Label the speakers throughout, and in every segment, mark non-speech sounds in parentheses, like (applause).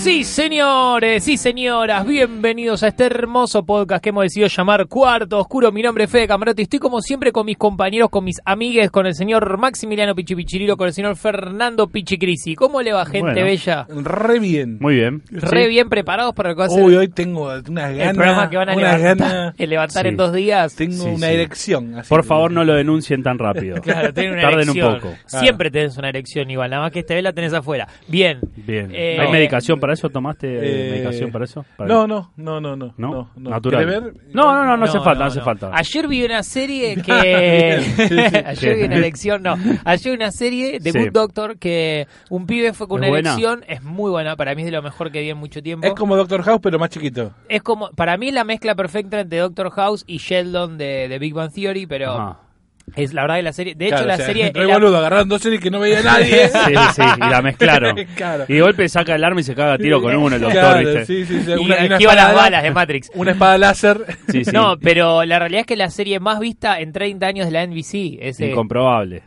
Speaker 1: Sí, señores, sí, señoras, bienvenidos a este hermoso podcast que hemos decidido llamar Cuarto Oscuro. Mi nombre es Fede Camarote y estoy como siempre con mis compañeros, con mis amigues, con el señor Maximiliano Pichipichirilo, con el señor Fernando Pichicrisi. ¿Cómo le va, gente
Speaker 2: Bueno.
Speaker 1: bella?
Speaker 2: Re bien.
Speaker 3: Muy bien.
Speaker 1: Re bien preparados para lo que va a ser
Speaker 2: Uy, hoy tengo unas
Speaker 1: el
Speaker 2: ganas.
Speaker 1: programa que van a
Speaker 2: unas
Speaker 1: levantar, (laughs)
Speaker 2: ganas.
Speaker 1: eh, levantar
Speaker 3: Sí.
Speaker 1: en dos días.
Speaker 2: Tengo
Speaker 3: Sí,
Speaker 2: una
Speaker 3: sí.
Speaker 2: erección. así
Speaker 3: Por
Speaker 2: que-
Speaker 3: favor, no lo denuncien tan rápido.
Speaker 1: (laughs) Claro, tenés una
Speaker 3: Tarden
Speaker 1: erección.
Speaker 3: un poco.
Speaker 1: Siempre tenés una erección igual, nada más que esta vez la tenés afuera. Bien.
Speaker 3: Bien.
Speaker 1: Eh,
Speaker 3: ¿Hay medicación para eso? ¿Tomaste eh,
Speaker 2: Eh,
Speaker 3: medicación para eso? Para-
Speaker 2: No, no, no, no, no.
Speaker 3: ¿No?
Speaker 2: no, no.
Speaker 3: Natural.
Speaker 2: ¿Querés ver?
Speaker 3: No, no, no, no, hace falta, no hace falta.
Speaker 1: Ayer vi una
Speaker 3: (laughs)
Speaker 1: serie que. (laughs) Ayer vi
Speaker 3: bien.
Speaker 1: una elección, no. Ayer vi una serie de
Speaker 3: Sí.
Speaker 1: Good Doctor que un pibe fue con una
Speaker 3: ¿Es buena?
Speaker 1: elección. Es muy buena, para mí es de lo mejor que vi en mucho tiempo.
Speaker 2: Es como Doctor House, pero más chiquito.
Speaker 1: Es como- para mí es la mezcla perfecta entre Doctor House y Sheldon de, de Big Bang Theory, pero
Speaker 3: Ajá.
Speaker 1: es la verdad que la serie. De
Speaker 2: Claro,
Speaker 1: hecho, la
Speaker 2: o sea,
Speaker 1: serie.
Speaker 2: (laughs) Re
Speaker 1: era-
Speaker 2: boludo, agarraron dos series que no veía
Speaker 3: (laughs)
Speaker 2: nadie.
Speaker 3: Sí, sí, y la mezclaron.
Speaker 2: (laughs) Claro.
Speaker 3: Y de golpe saca el arma y se caga a tiro con uno, el doctor,
Speaker 2: Claro,
Speaker 3: ¿viste?
Speaker 2: sí, sí, sí,
Speaker 1: y
Speaker 2: una- una
Speaker 1: esquiva las
Speaker 2: espada-
Speaker 1: balas de
Speaker 3: eh.
Speaker 1: Matrix.
Speaker 2: Una espada láser.
Speaker 3: Sí, sí.
Speaker 1: No, pero la realidad es que la serie más vista en 30 años de la NBC. Es, eh, (laughs)
Speaker 3: Incomprobable.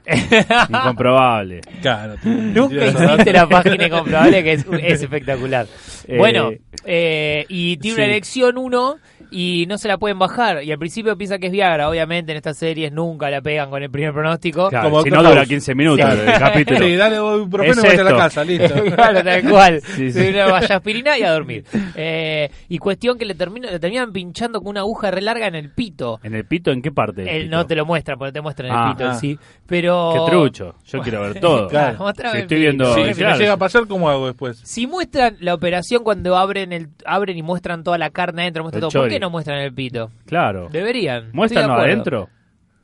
Speaker 3: Incomprobable. (laughs)
Speaker 2: Claro.
Speaker 1: Nunca existe la página incomprobable que es, es espectacular.
Speaker 3: (laughs) Eh,
Speaker 1: bueno, eh, y tiene una
Speaker 3: sí.
Speaker 1: elección uno y no se la pueden bajar. Y al principio piensa que es Viagra, obviamente en estas series nunca la pegan con el primer pronóstico.
Speaker 3: Claro,
Speaker 2: Como
Speaker 3: si
Speaker 2: Doctor
Speaker 3: no dura
Speaker 2: House.
Speaker 3: 15 minutos
Speaker 1: Sí.
Speaker 3: el capítulo.
Speaker 2: Sí, dale un
Speaker 3: Es
Speaker 2: profeno y vete a la
Speaker 3: esto. (laughs)
Speaker 2: casa, listo.
Speaker 1: (laughs) claro, tal cual.
Speaker 3: Sí, sí.
Speaker 1: Se Una vallaspirina y a dormir. Eh, y cuestión que le, termino, le terminan pinchando con una aguja re larga en el pito.
Speaker 3: ¿En el pito? ¿En qué parte? del
Speaker 1: Él
Speaker 3: pito?
Speaker 1: no te lo muestra, porque te muestran el
Speaker 3: Ah.
Speaker 1: pito en
Speaker 2: Ah.
Speaker 1: sí. Pero.
Speaker 3: Qué trucho. Yo quiero ver todo.
Speaker 1: (laughs)
Speaker 2: Claro.
Speaker 1: mostrame
Speaker 3: Si
Speaker 1: el
Speaker 3: estoy
Speaker 1: pito.
Speaker 3: viendo-
Speaker 2: Sí,
Speaker 3: Claro.
Speaker 2: si no llega a pasar, ¿cómo hago después?
Speaker 1: Si muestran la operación cuando abren el abren y muestran toda la carne adentro, muestran
Speaker 3: El
Speaker 1: todo, ¿por
Speaker 3: chori.
Speaker 1: qué no muestran el pito?
Speaker 3: Claro.
Speaker 1: Deberían. estoy
Speaker 3: ¿Muestran
Speaker 1: de acuerdo.
Speaker 3: adentro?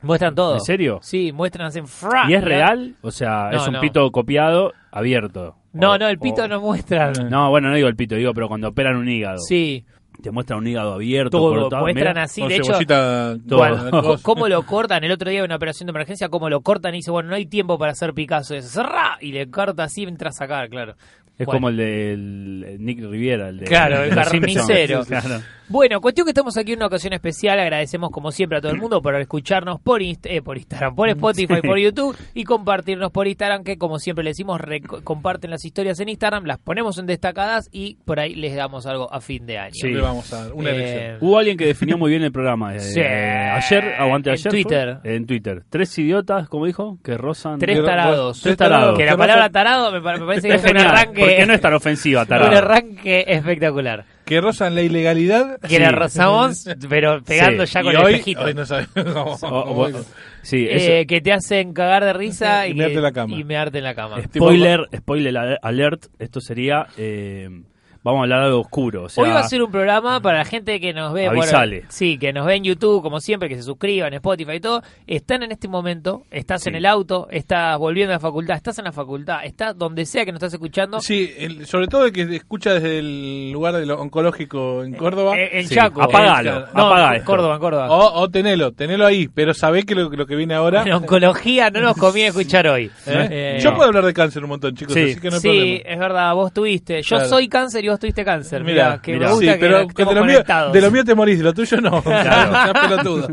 Speaker 1: Muestran todo.
Speaker 3: ¿En serio?
Speaker 1: Sí, muestran, hacen fra.
Speaker 3: ¿Y es real? O sea,
Speaker 1: No,
Speaker 3: es un
Speaker 1: no.
Speaker 3: pito copiado, abierto.
Speaker 1: No,
Speaker 3: O-
Speaker 1: no, el pito
Speaker 3: o-
Speaker 1: no muestran.
Speaker 3: Oh, No, bueno, no digo el pito, digo, pero cuando operan un hígado.
Speaker 1: Sí,
Speaker 3: Te muestran un hígado abierto,
Speaker 1: todo.
Speaker 3: cortado.
Speaker 1: Muestran
Speaker 3: mira.
Speaker 1: así,
Speaker 2: Con
Speaker 1: de hecho.
Speaker 2: cebollita,
Speaker 3: Bueno, (laughs)
Speaker 2: con-
Speaker 1: co- ¿Cómo lo cortan? El otro día en una operación de emergencia, ¿cómo lo cortan? Y dice, bueno, no hay tiempo para hacer Picasso. Y, dice, "Ra", y le corta así y entra a sacar, claro.
Speaker 3: Es
Speaker 1: Bueno.
Speaker 3: como el de el- Nick Riviera, el de
Speaker 1: Claro, el
Speaker 3: de los Simpsons.
Speaker 1: carnicero.
Speaker 3: (laughs) Claro.
Speaker 1: Bueno, cuestión que estamos aquí en una ocasión especial. Agradecemos como siempre a todo el mundo por escucharnos por, Inst- eh, por Instagram,
Speaker 2: Mm,
Speaker 1: por Spotify, por YouTube y compartirnos por Instagram, que como siempre le decimos, reco- comparten las historias en Instagram, las ponemos en destacadas y por ahí les damos algo a fin de año.
Speaker 3: Sí.
Speaker 2: Le vamos a dar una
Speaker 1: Eh,
Speaker 2: elección.
Speaker 3: Hubo alguien que definió muy bien el programa. eh,
Speaker 1: Sí.
Speaker 3: eh, ayer, aguante
Speaker 1: En
Speaker 3: ayer.
Speaker 1: Twitter.
Speaker 3: fue, en Twitter. Tres idiotas, como dijo, que rozan.
Speaker 1: Tres
Speaker 2: Pero,
Speaker 1: tarados.
Speaker 2: vos-
Speaker 3: tres tarados.
Speaker 1: Que la
Speaker 2: Te
Speaker 1: palabra
Speaker 2: vas a-
Speaker 1: tarado me, pa- me parece que
Speaker 3: Es
Speaker 1: es un
Speaker 3: genial,
Speaker 1: arranque,
Speaker 3: porque no es tan ofensiva,
Speaker 1: (laughs)
Speaker 3: tarado.
Speaker 1: un arranque espectacular.
Speaker 2: que rozan la ilegalidad.
Speaker 1: Que la rozamos, pero pegando
Speaker 3: Sí,
Speaker 1: ya
Speaker 2: y
Speaker 1: con el
Speaker 2: hoy,
Speaker 1: espejito.
Speaker 2: hoy no sabemos
Speaker 3: O-
Speaker 2: (laughs) cómo-
Speaker 3: o-
Speaker 2: cómo-
Speaker 3: sí, es-
Speaker 1: Eh, que te hacen cagar de risa
Speaker 2: Y
Speaker 1: y,
Speaker 2: mearte
Speaker 1: que-
Speaker 2: en la cama.
Speaker 1: y mearte en la cama.
Speaker 3: spoiler, spoiler ale- alert. Esto sería. eh, vamos a hablar de algo oscuro. O sea,
Speaker 1: Hoy va a ser un programa para la gente que nos ve.
Speaker 3: Avisale.
Speaker 1: bueno, sí, que nos ve en YouTube, como siempre, que se suscriban, Spotify y todo. Están en este momento, estás en el auto, estás volviendo a la facultad, estás en la facultad, estás donde sea que nos estás escuchando.
Speaker 2: Sí, el- sobre todo el que escucha desde el lugar del oncológico en Córdoba.
Speaker 1: Eh, en
Speaker 3: sí,
Speaker 1: Chaco.
Speaker 3: apagalo,
Speaker 1: No,
Speaker 3: apaga esto.
Speaker 1: Córdoba, en Córdoba.
Speaker 2: o, o tenelo, tenelo ahí, pero sabés que lo, lo que viene ahora.
Speaker 1: En oncología no nos conviene escuchar hoy.
Speaker 2: ¿eh?
Speaker 1: Eh,
Speaker 2: Yo puedo hablar de cáncer un montón, chicos,
Speaker 3: Sí.
Speaker 2: así que no hay
Speaker 1: sí, eh,
Speaker 2: problema.
Speaker 1: es verdad, vos tuviste. Yo
Speaker 2: Claro.
Speaker 1: soy cáncer y vos tuviste cáncer. Mira, que
Speaker 2: mirá.
Speaker 1: me gusta
Speaker 2: Sí,
Speaker 1: que
Speaker 2: pero que
Speaker 1: estemos
Speaker 2: de, lo mío,
Speaker 1: conectados.
Speaker 2: de lo mío te morís, de lo tuyo (laughs) no.
Speaker 3: Claro.
Speaker 2: Estás pelotudo.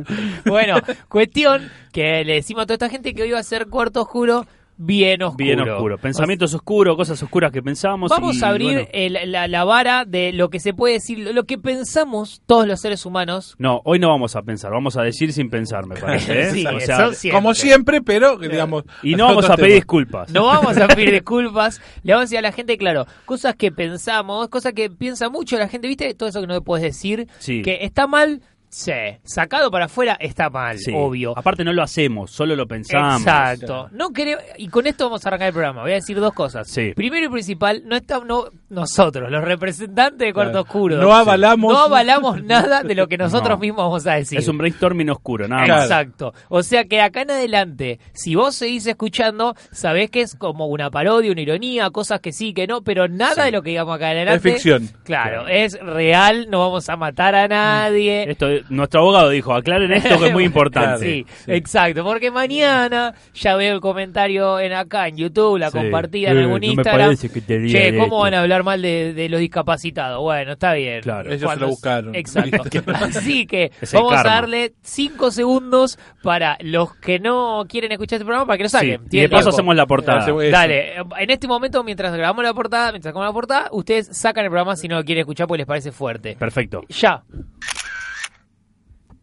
Speaker 1: Bueno, cuestión que le decimos a toda esta gente que hoy va a ser cuarto oscuro, bien oscuro.
Speaker 3: Bien oscuro. Pensamientos oscuros, cosas oscuras que pensamos.
Speaker 1: Vamos
Speaker 3: y,
Speaker 1: a abrir
Speaker 3: bueno.
Speaker 1: el- la, la vara de lo que se puede decir, lo- lo que pensamos todos los seres humanos.
Speaker 3: No, hoy no vamos a pensar, vamos a decir sin pensar, me parece.
Speaker 1: (laughs)
Speaker 3: ¿eh?
Speaker 1: Sí,
Speaker 3: O
Speaker 1: eso
Speaker 3: sea,
Speaker 1: siempre.
Speaker 2: Como siempre, pero digamos.
Speaker 3: y no vamos a pedir
Speaker 2: nosotros
Speaker 3: disculpas.
Speaker 1: No vamos a pedir disculpas, le vamos a decir a la gente, claro, cosas que pensamos, cosas que piensa mucho la gente, ¿viste? Todo eso que no le puedes decir,
Speaker 3: Sí.
Speaker 1: que está mal, sí, sacado para afuera está mal,
Speaker 3: Sí.
Speaker 1: obvio.
Speaker 3: Aparte no lo hacemos, solo lo pensamos.
Speaker 1: Exacto. No creo- y con esto vamos a arrancar el programa. Voy a decir dos cosas.
Speaker 3: Sí.
Speaker 1: Primero y principal, no está, no nosotros, los representantes de Cuarto
Speaker 2: Claro.
Speaker 1: Oscuro.
Speaker 2: No avalamos-
Speaker 1: No avalamos nada de lo que nosotros
Speaker 3: No.
Speaker 1: mismos vamos a decir.
Speaker 3: Es un brainstorming oscuro, nada más.
Speaker 2: Claro.
Speaker 1: Exacto. O sea que acá en adelante, si vos seguís escuchando, sabés que es como una parodia, una ironía, cosas que sí, que no, pero nada de lo que digamos acá en adelante.
Speaker 2: Es ficción.
Speaker 1: Claro, es real, no vamos a matar a nadie.
Speaker 3: Esto, nuestro abogado dijo, aclaren esto
Speaker 1: (laughs)
Speaker 3: que es muy importante.
Speaker 1: Sí, exacto, porque mañana ya veo el comentario en acá en YouTube, la
Speaker 3: Sí.
Speaker 1: compartida en
Speaker 3: Eh,
Speaker 1: algún
Speaker 3: no me
Speaker 1: Instagram.
Speaker 3: parece que te diga
Speaker 1: che, ¿cómo
Speaker 3: esto?
Speaker 1: van a hablar mal de, de los discapacitados? Bueno, está bien.
Speaker 3: Claro.
Speaker 2: Ellos se lo buscaron.
Speaker 1: Exacto.
Speaker 2: (laughs) Listo.
Speaker 1: Así
Speaker 3: (laughs)
Speaker 1: que
Speaker 3: Es el
Speaker 1: vamos a
Speaker 3: karma.
Speaker 1: darle cinco segundos para los que no quieren escuchar este programa para que lo
Speaker 3: Sí,
Speaker 1: saquen.
Speaker 3: Y de
Speaker 1: Tienen
Speaker 3: paso
Speaker 1: tiempo.
Speaker 3: hacemos la portada.
Speaker 2: Hacemos- Eso.
Speaker 1: Dale, en este momento, mientras grabamos la portada, mientras grabamos la portada, ustedes sacan el programa si no lo quieren escuchar porque les parece fuerte.
Speaker 3: Perfecto,
Speaker 1: Ya,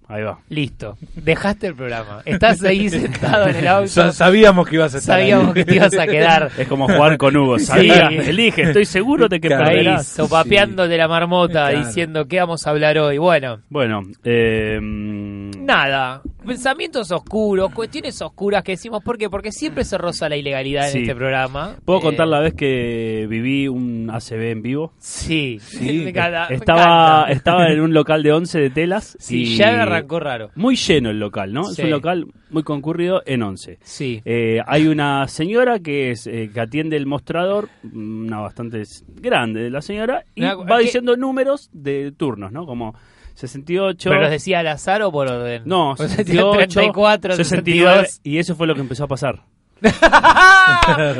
Speaker 3: ahí va.
Speaker 1: Listo, dejaste el programa. Estás
Speaker 3: (laughs)
Speaker 1: ahí sentado en el auto.
Speaker 2: Sa- Sabíamos que ibas a estar.
Speaker 1: Sabíamos que te
Speaker 2: (laughs)
Speaker 1: ibas a quedar
Speaker 3: (laughs) Es como jugar con Hugo. Sabía,
Speaker 1: Sí.
Speaker 3: elige, estoy seguro de que
Speaker 2: Claro.
Speaker 1: (laughs) ahí
Speaker 3: perderás.
Speaker 1: sopapeando de la marmota
Speaker 2: Claro.
Speaker 1: diciendo qué vamos a hablar hoy. Bueno,
Speaker 3: Bueno, eh, mm,
Speaker 1: nada, pensamientos oscuros, cuestiones oscuras que decimos. ¿Por qué? Porque siempre se roza la ilegalidad
Speaker 3: Sí.
Speaker 1: en este programa.
Speaker 3: ¿puedo
Speaker 1: Eh,
Speaker 3: contar la vez que viví un ACB en vivo?
Speaker 1: Sí,
Speaker 2: Sí.
Speaker 1: (laughs) Me encanta, Ah, me
Speaker 3: Estaba,
Speaker 1: encanta.
Speaker 3: estaba en un local de 11 de telas.
Speaker 1: (laughs) Sí,
Speaker 3: y
Speaker 1: ya arrancó raro.
Speaker 3: Muy lleno el local, ¿no?
Speaker 1: Sí.
Speaker 3: Es un local muy concurrido en 11.
Speaker 1: Sí,
Speaker 3: Eh, hay una señora que es eh, que atiende el mostrador, una bastante s- grande la señora, y
Speaker 1: Una-
Speaker 3: va
Speaker 1: ¿qué?
Speaker 3: diciendo números de turnos, ¿no? Como 68.
Speaker 1: pero los decía al azar o por orden. (laughs)
Speaker 3: no, 68,
Speaker 1: 34,
Speaker 3: 69,
Speaker 1: 62.
Speaker 3: y eso fue lo que empezó
Speaker 1: (laughs)
Speaker 3: a pasar.